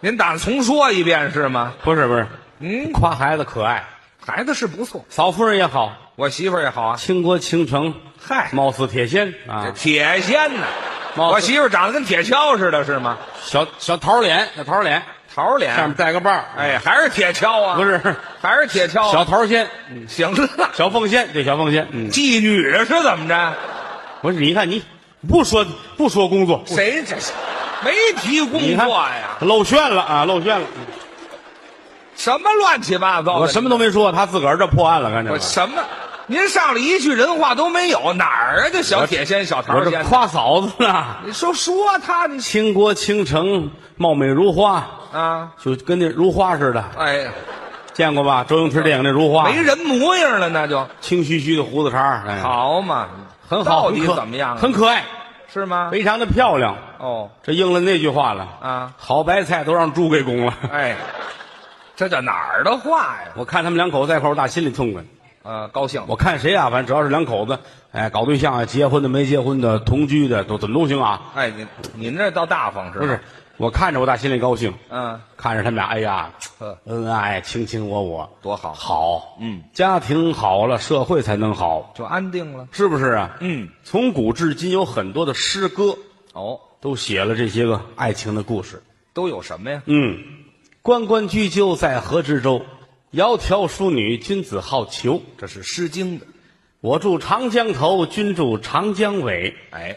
您打算重说一遍是吗？不是不是，嗯，夸孩子可爱，孩子是不错，嫂夫人也好，我媳妇儿也好啊。倾国倾城，嗨，貌似铁仙这啊，铁锨呢？貌我似媳妇儿长得跟铁锹似的，是吗？小小桃脸，小桃脸，桃脸。上面带个把儿，哎，还是铁锹啊？不，是还是铁锹、啊小，桃仙，行了，小凤仙，对，小凤仙，嗯，妓女是怎么着？不是，你看你不说不说工作，谁这是没提工你看作呀？露馅了啊，露馅了，嗯什么乱七八糟的？我什么都没说，他自个儿这破案了，看见我吗？什么？您上来一句人话都没有，哪儿啊？这小铁锨、小桃我这锨，夸嫂子呢，你说说他，你倾国倾城，貌美如花，啊，就跟那如花似的，哎呀，见过吧？周星驰电影那如花，没人模样了，那就清虚虚的胡子茬儿，哎， 好嘛，很好，到很底可怎么样啊？很可爱，是吗？非常的漂亮。哦，这应了那句话了啊好白菜都让猪给拱了。哎，这叫哪儿的话呀？我看他们两口子在一块儿，我打心里痛快。呃，高兴，我看谁啊，反正只要是两口子，哎，搞对象啊，结婚的、没结婚的、同居的，都怎么都行啊。哎，您您这倒大方是吧？不是，，我看着我打心里高兴，嗯，看着他们俩，哎呀，呵，恩爱、卿卿我我，多好好，嗯，家庭好了，社会才能好，就安定了。是不是啊？嗯，从古至今有很多的诗歌哦，都写了这些个爱情的故事。都有什么呀？嗯，关关雎鸠，在河之洲。窈窕淑女，君子好逑。这是《诗经》的，我住长江头，君住长江尾，哎，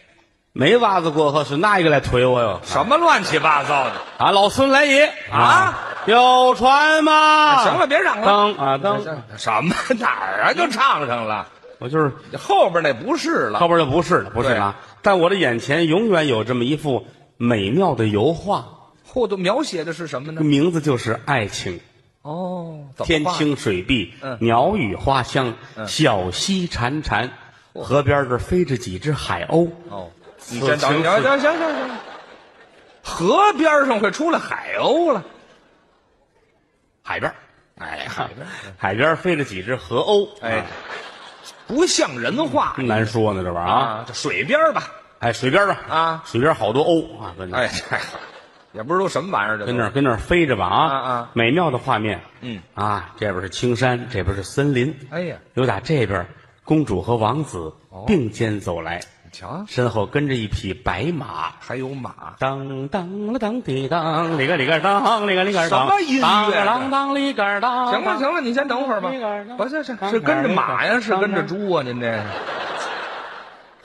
没袜子过河是哪一个来推我哟？什么乱七八糟的？啊，老孙来也啊，有船吗？行了，，别嚷了。当啊当，什么哪儿啊？就唱上了，我就是后边那不是了。后边就不是了，不是对啊。但我的眼前永远有这么一幅美妙的油画，后头描写的是什么呢？名字就是爱情。哦，嗯怎么天画清水碧，嗯鸟语花香，嗯小溪潺潺，嚯河边这飞着几只海鸥。哦，此你先等情一下，此行行行行，河边上会出来海鸥了。海边儿，哎，海边海边儿飞着几只河鸥。哎啊，不像人话难说呢，这玩意儿啊。啊，这水边吧，哎，水边儿吧，啊水边儿好多鸥啊，跟那儿哎，这也不知道什么玩意儿，这跟那儿跟那儿飞着吧啊啊啊美妙的画面。嗯啊，这边是青山，这边是森林。哎呀，又打这边，公主和王子哦并肩走来，你瞧，身后跟着一匹白马。还有马，当当了当滴当，里个里个当，里个里个什当，么音乐当这当当里个当。行了行了，你先等会儿吧那个那。不是是是跟着马呀，是跟着猪啊？您这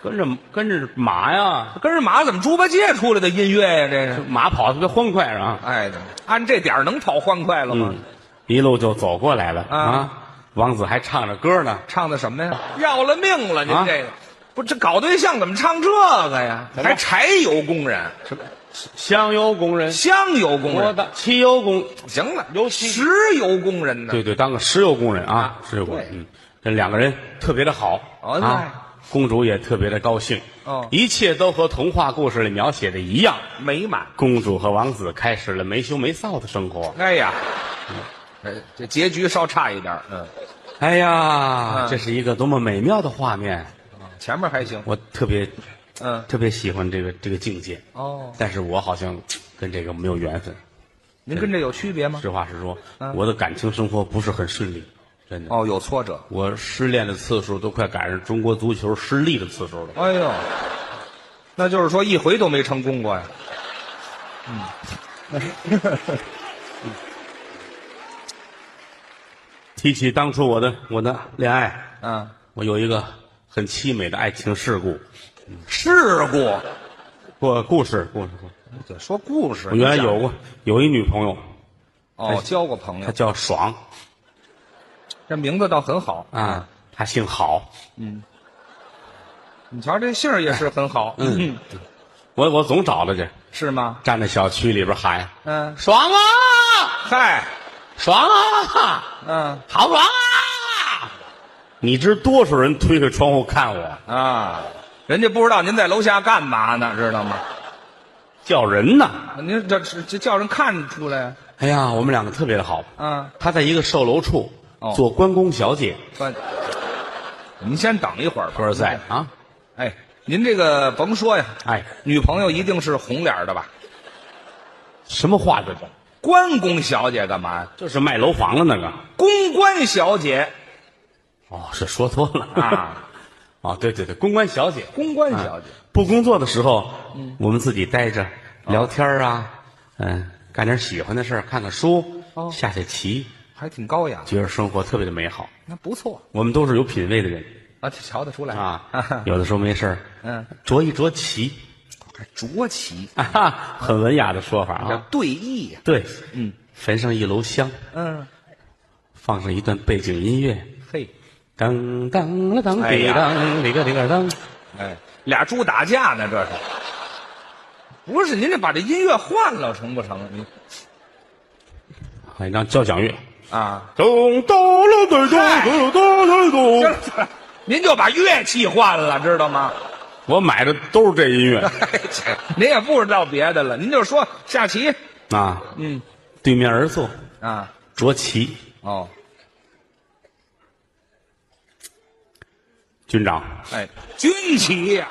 跟着跟着马呀，跟着马怎么猪八戒出来的音乐呀？这是，马跑得特别欢快啊是吧？哎，按这点儿能跑欢快了吗嗯？，一路就走过来了啊啊。王子还唱着歌呢，唱的什么呀？要了命了！您啊这个，不这搞对象怎么唱这个呀？么还柴油工人、香油工人，香油工我人，的汽油工，行了，油漆石油工人呢？对对，当个石油工人啊啊，石油工人，对嗯，这两个人特别的好哦啊，公主也特别的高兴，哦一切都和童话故事里描写的一样，美满。公主和王子开始了没羞没臊的生活。哎呀，哎，这结局稍差一点儿，嗯，哎呀，嗯这是一个多么美妙的画面，前面还行，我特别嗯，特别喜欢这个这个境界，哦，但是我好像跟这个没有缘分。您跟这有区别吗？实话实说，嗯我的感情生活不是很顺利，真的。哦，有挫折。我失恋的次数都快赶上中国足球失利的次数了。哎呦，那就是说一回都没成功过呀。提起当初我的我的恋爱，嗯，我有一个很凄美的爱情事故，事故。不故事故事故事。这说故事，我原来有过有一女朋友，哦，交过朋她友，叫爽这名字倒很好。啊，她姓郝。你瞧这姓儿也是很好，嗯，我我总找她去，是吗？站在小区里边喊嗯，爽啊嗨，爽啊，嗯好爽啊！你知多少人推开窗户看我啊，人家不知道您在楼下干嘛呢，知道吗？叫人呢？您这这这叫人看出来哎呀，我们两个特别的好。啊，她在一个售楼处哦做关公小姐，算。您先等一会儿吧。说实在啊，哎，您这个甭说呀，哎，女朋友一定是红脸儿的吧？什么话这叫？关公小姐干嘛呀？就是卖楼房的那个。公关小姐哦，是说错了 啊！啊， 哦，对对对，公关小姐，公关小姐。不工作的时候，嗯我们自己待着哦聊天儿啊，嗯，干点喜欢的事儿，看看书，哦下下棋，还挺高雅，觉得生活特别的美好。那不错我们都是有品位的人啊，这瞧得出来 啊，有的时候没事儿，嗯，酌一酌棋， 还酌棋，啊哈，很文雅的说法叫啊。对弈呀。对，哦嗯，焚上一炉香，嗯，放上一段背景音乐，嘿，当当了当哎滴呀当里个里个当。哎，俩猪打架呢，这是。不是您这把这音乐换了成不成？你来一张交响乐。啊，咚咚了咚咚咚咚咚行了行了，您就把乐器换了，知道吗？我买的都是这音乐哎这您也不知道别的了，您就说下棋，啊，嗯对面而坐，啊，着棋。哦，军长，哎，军棋呀、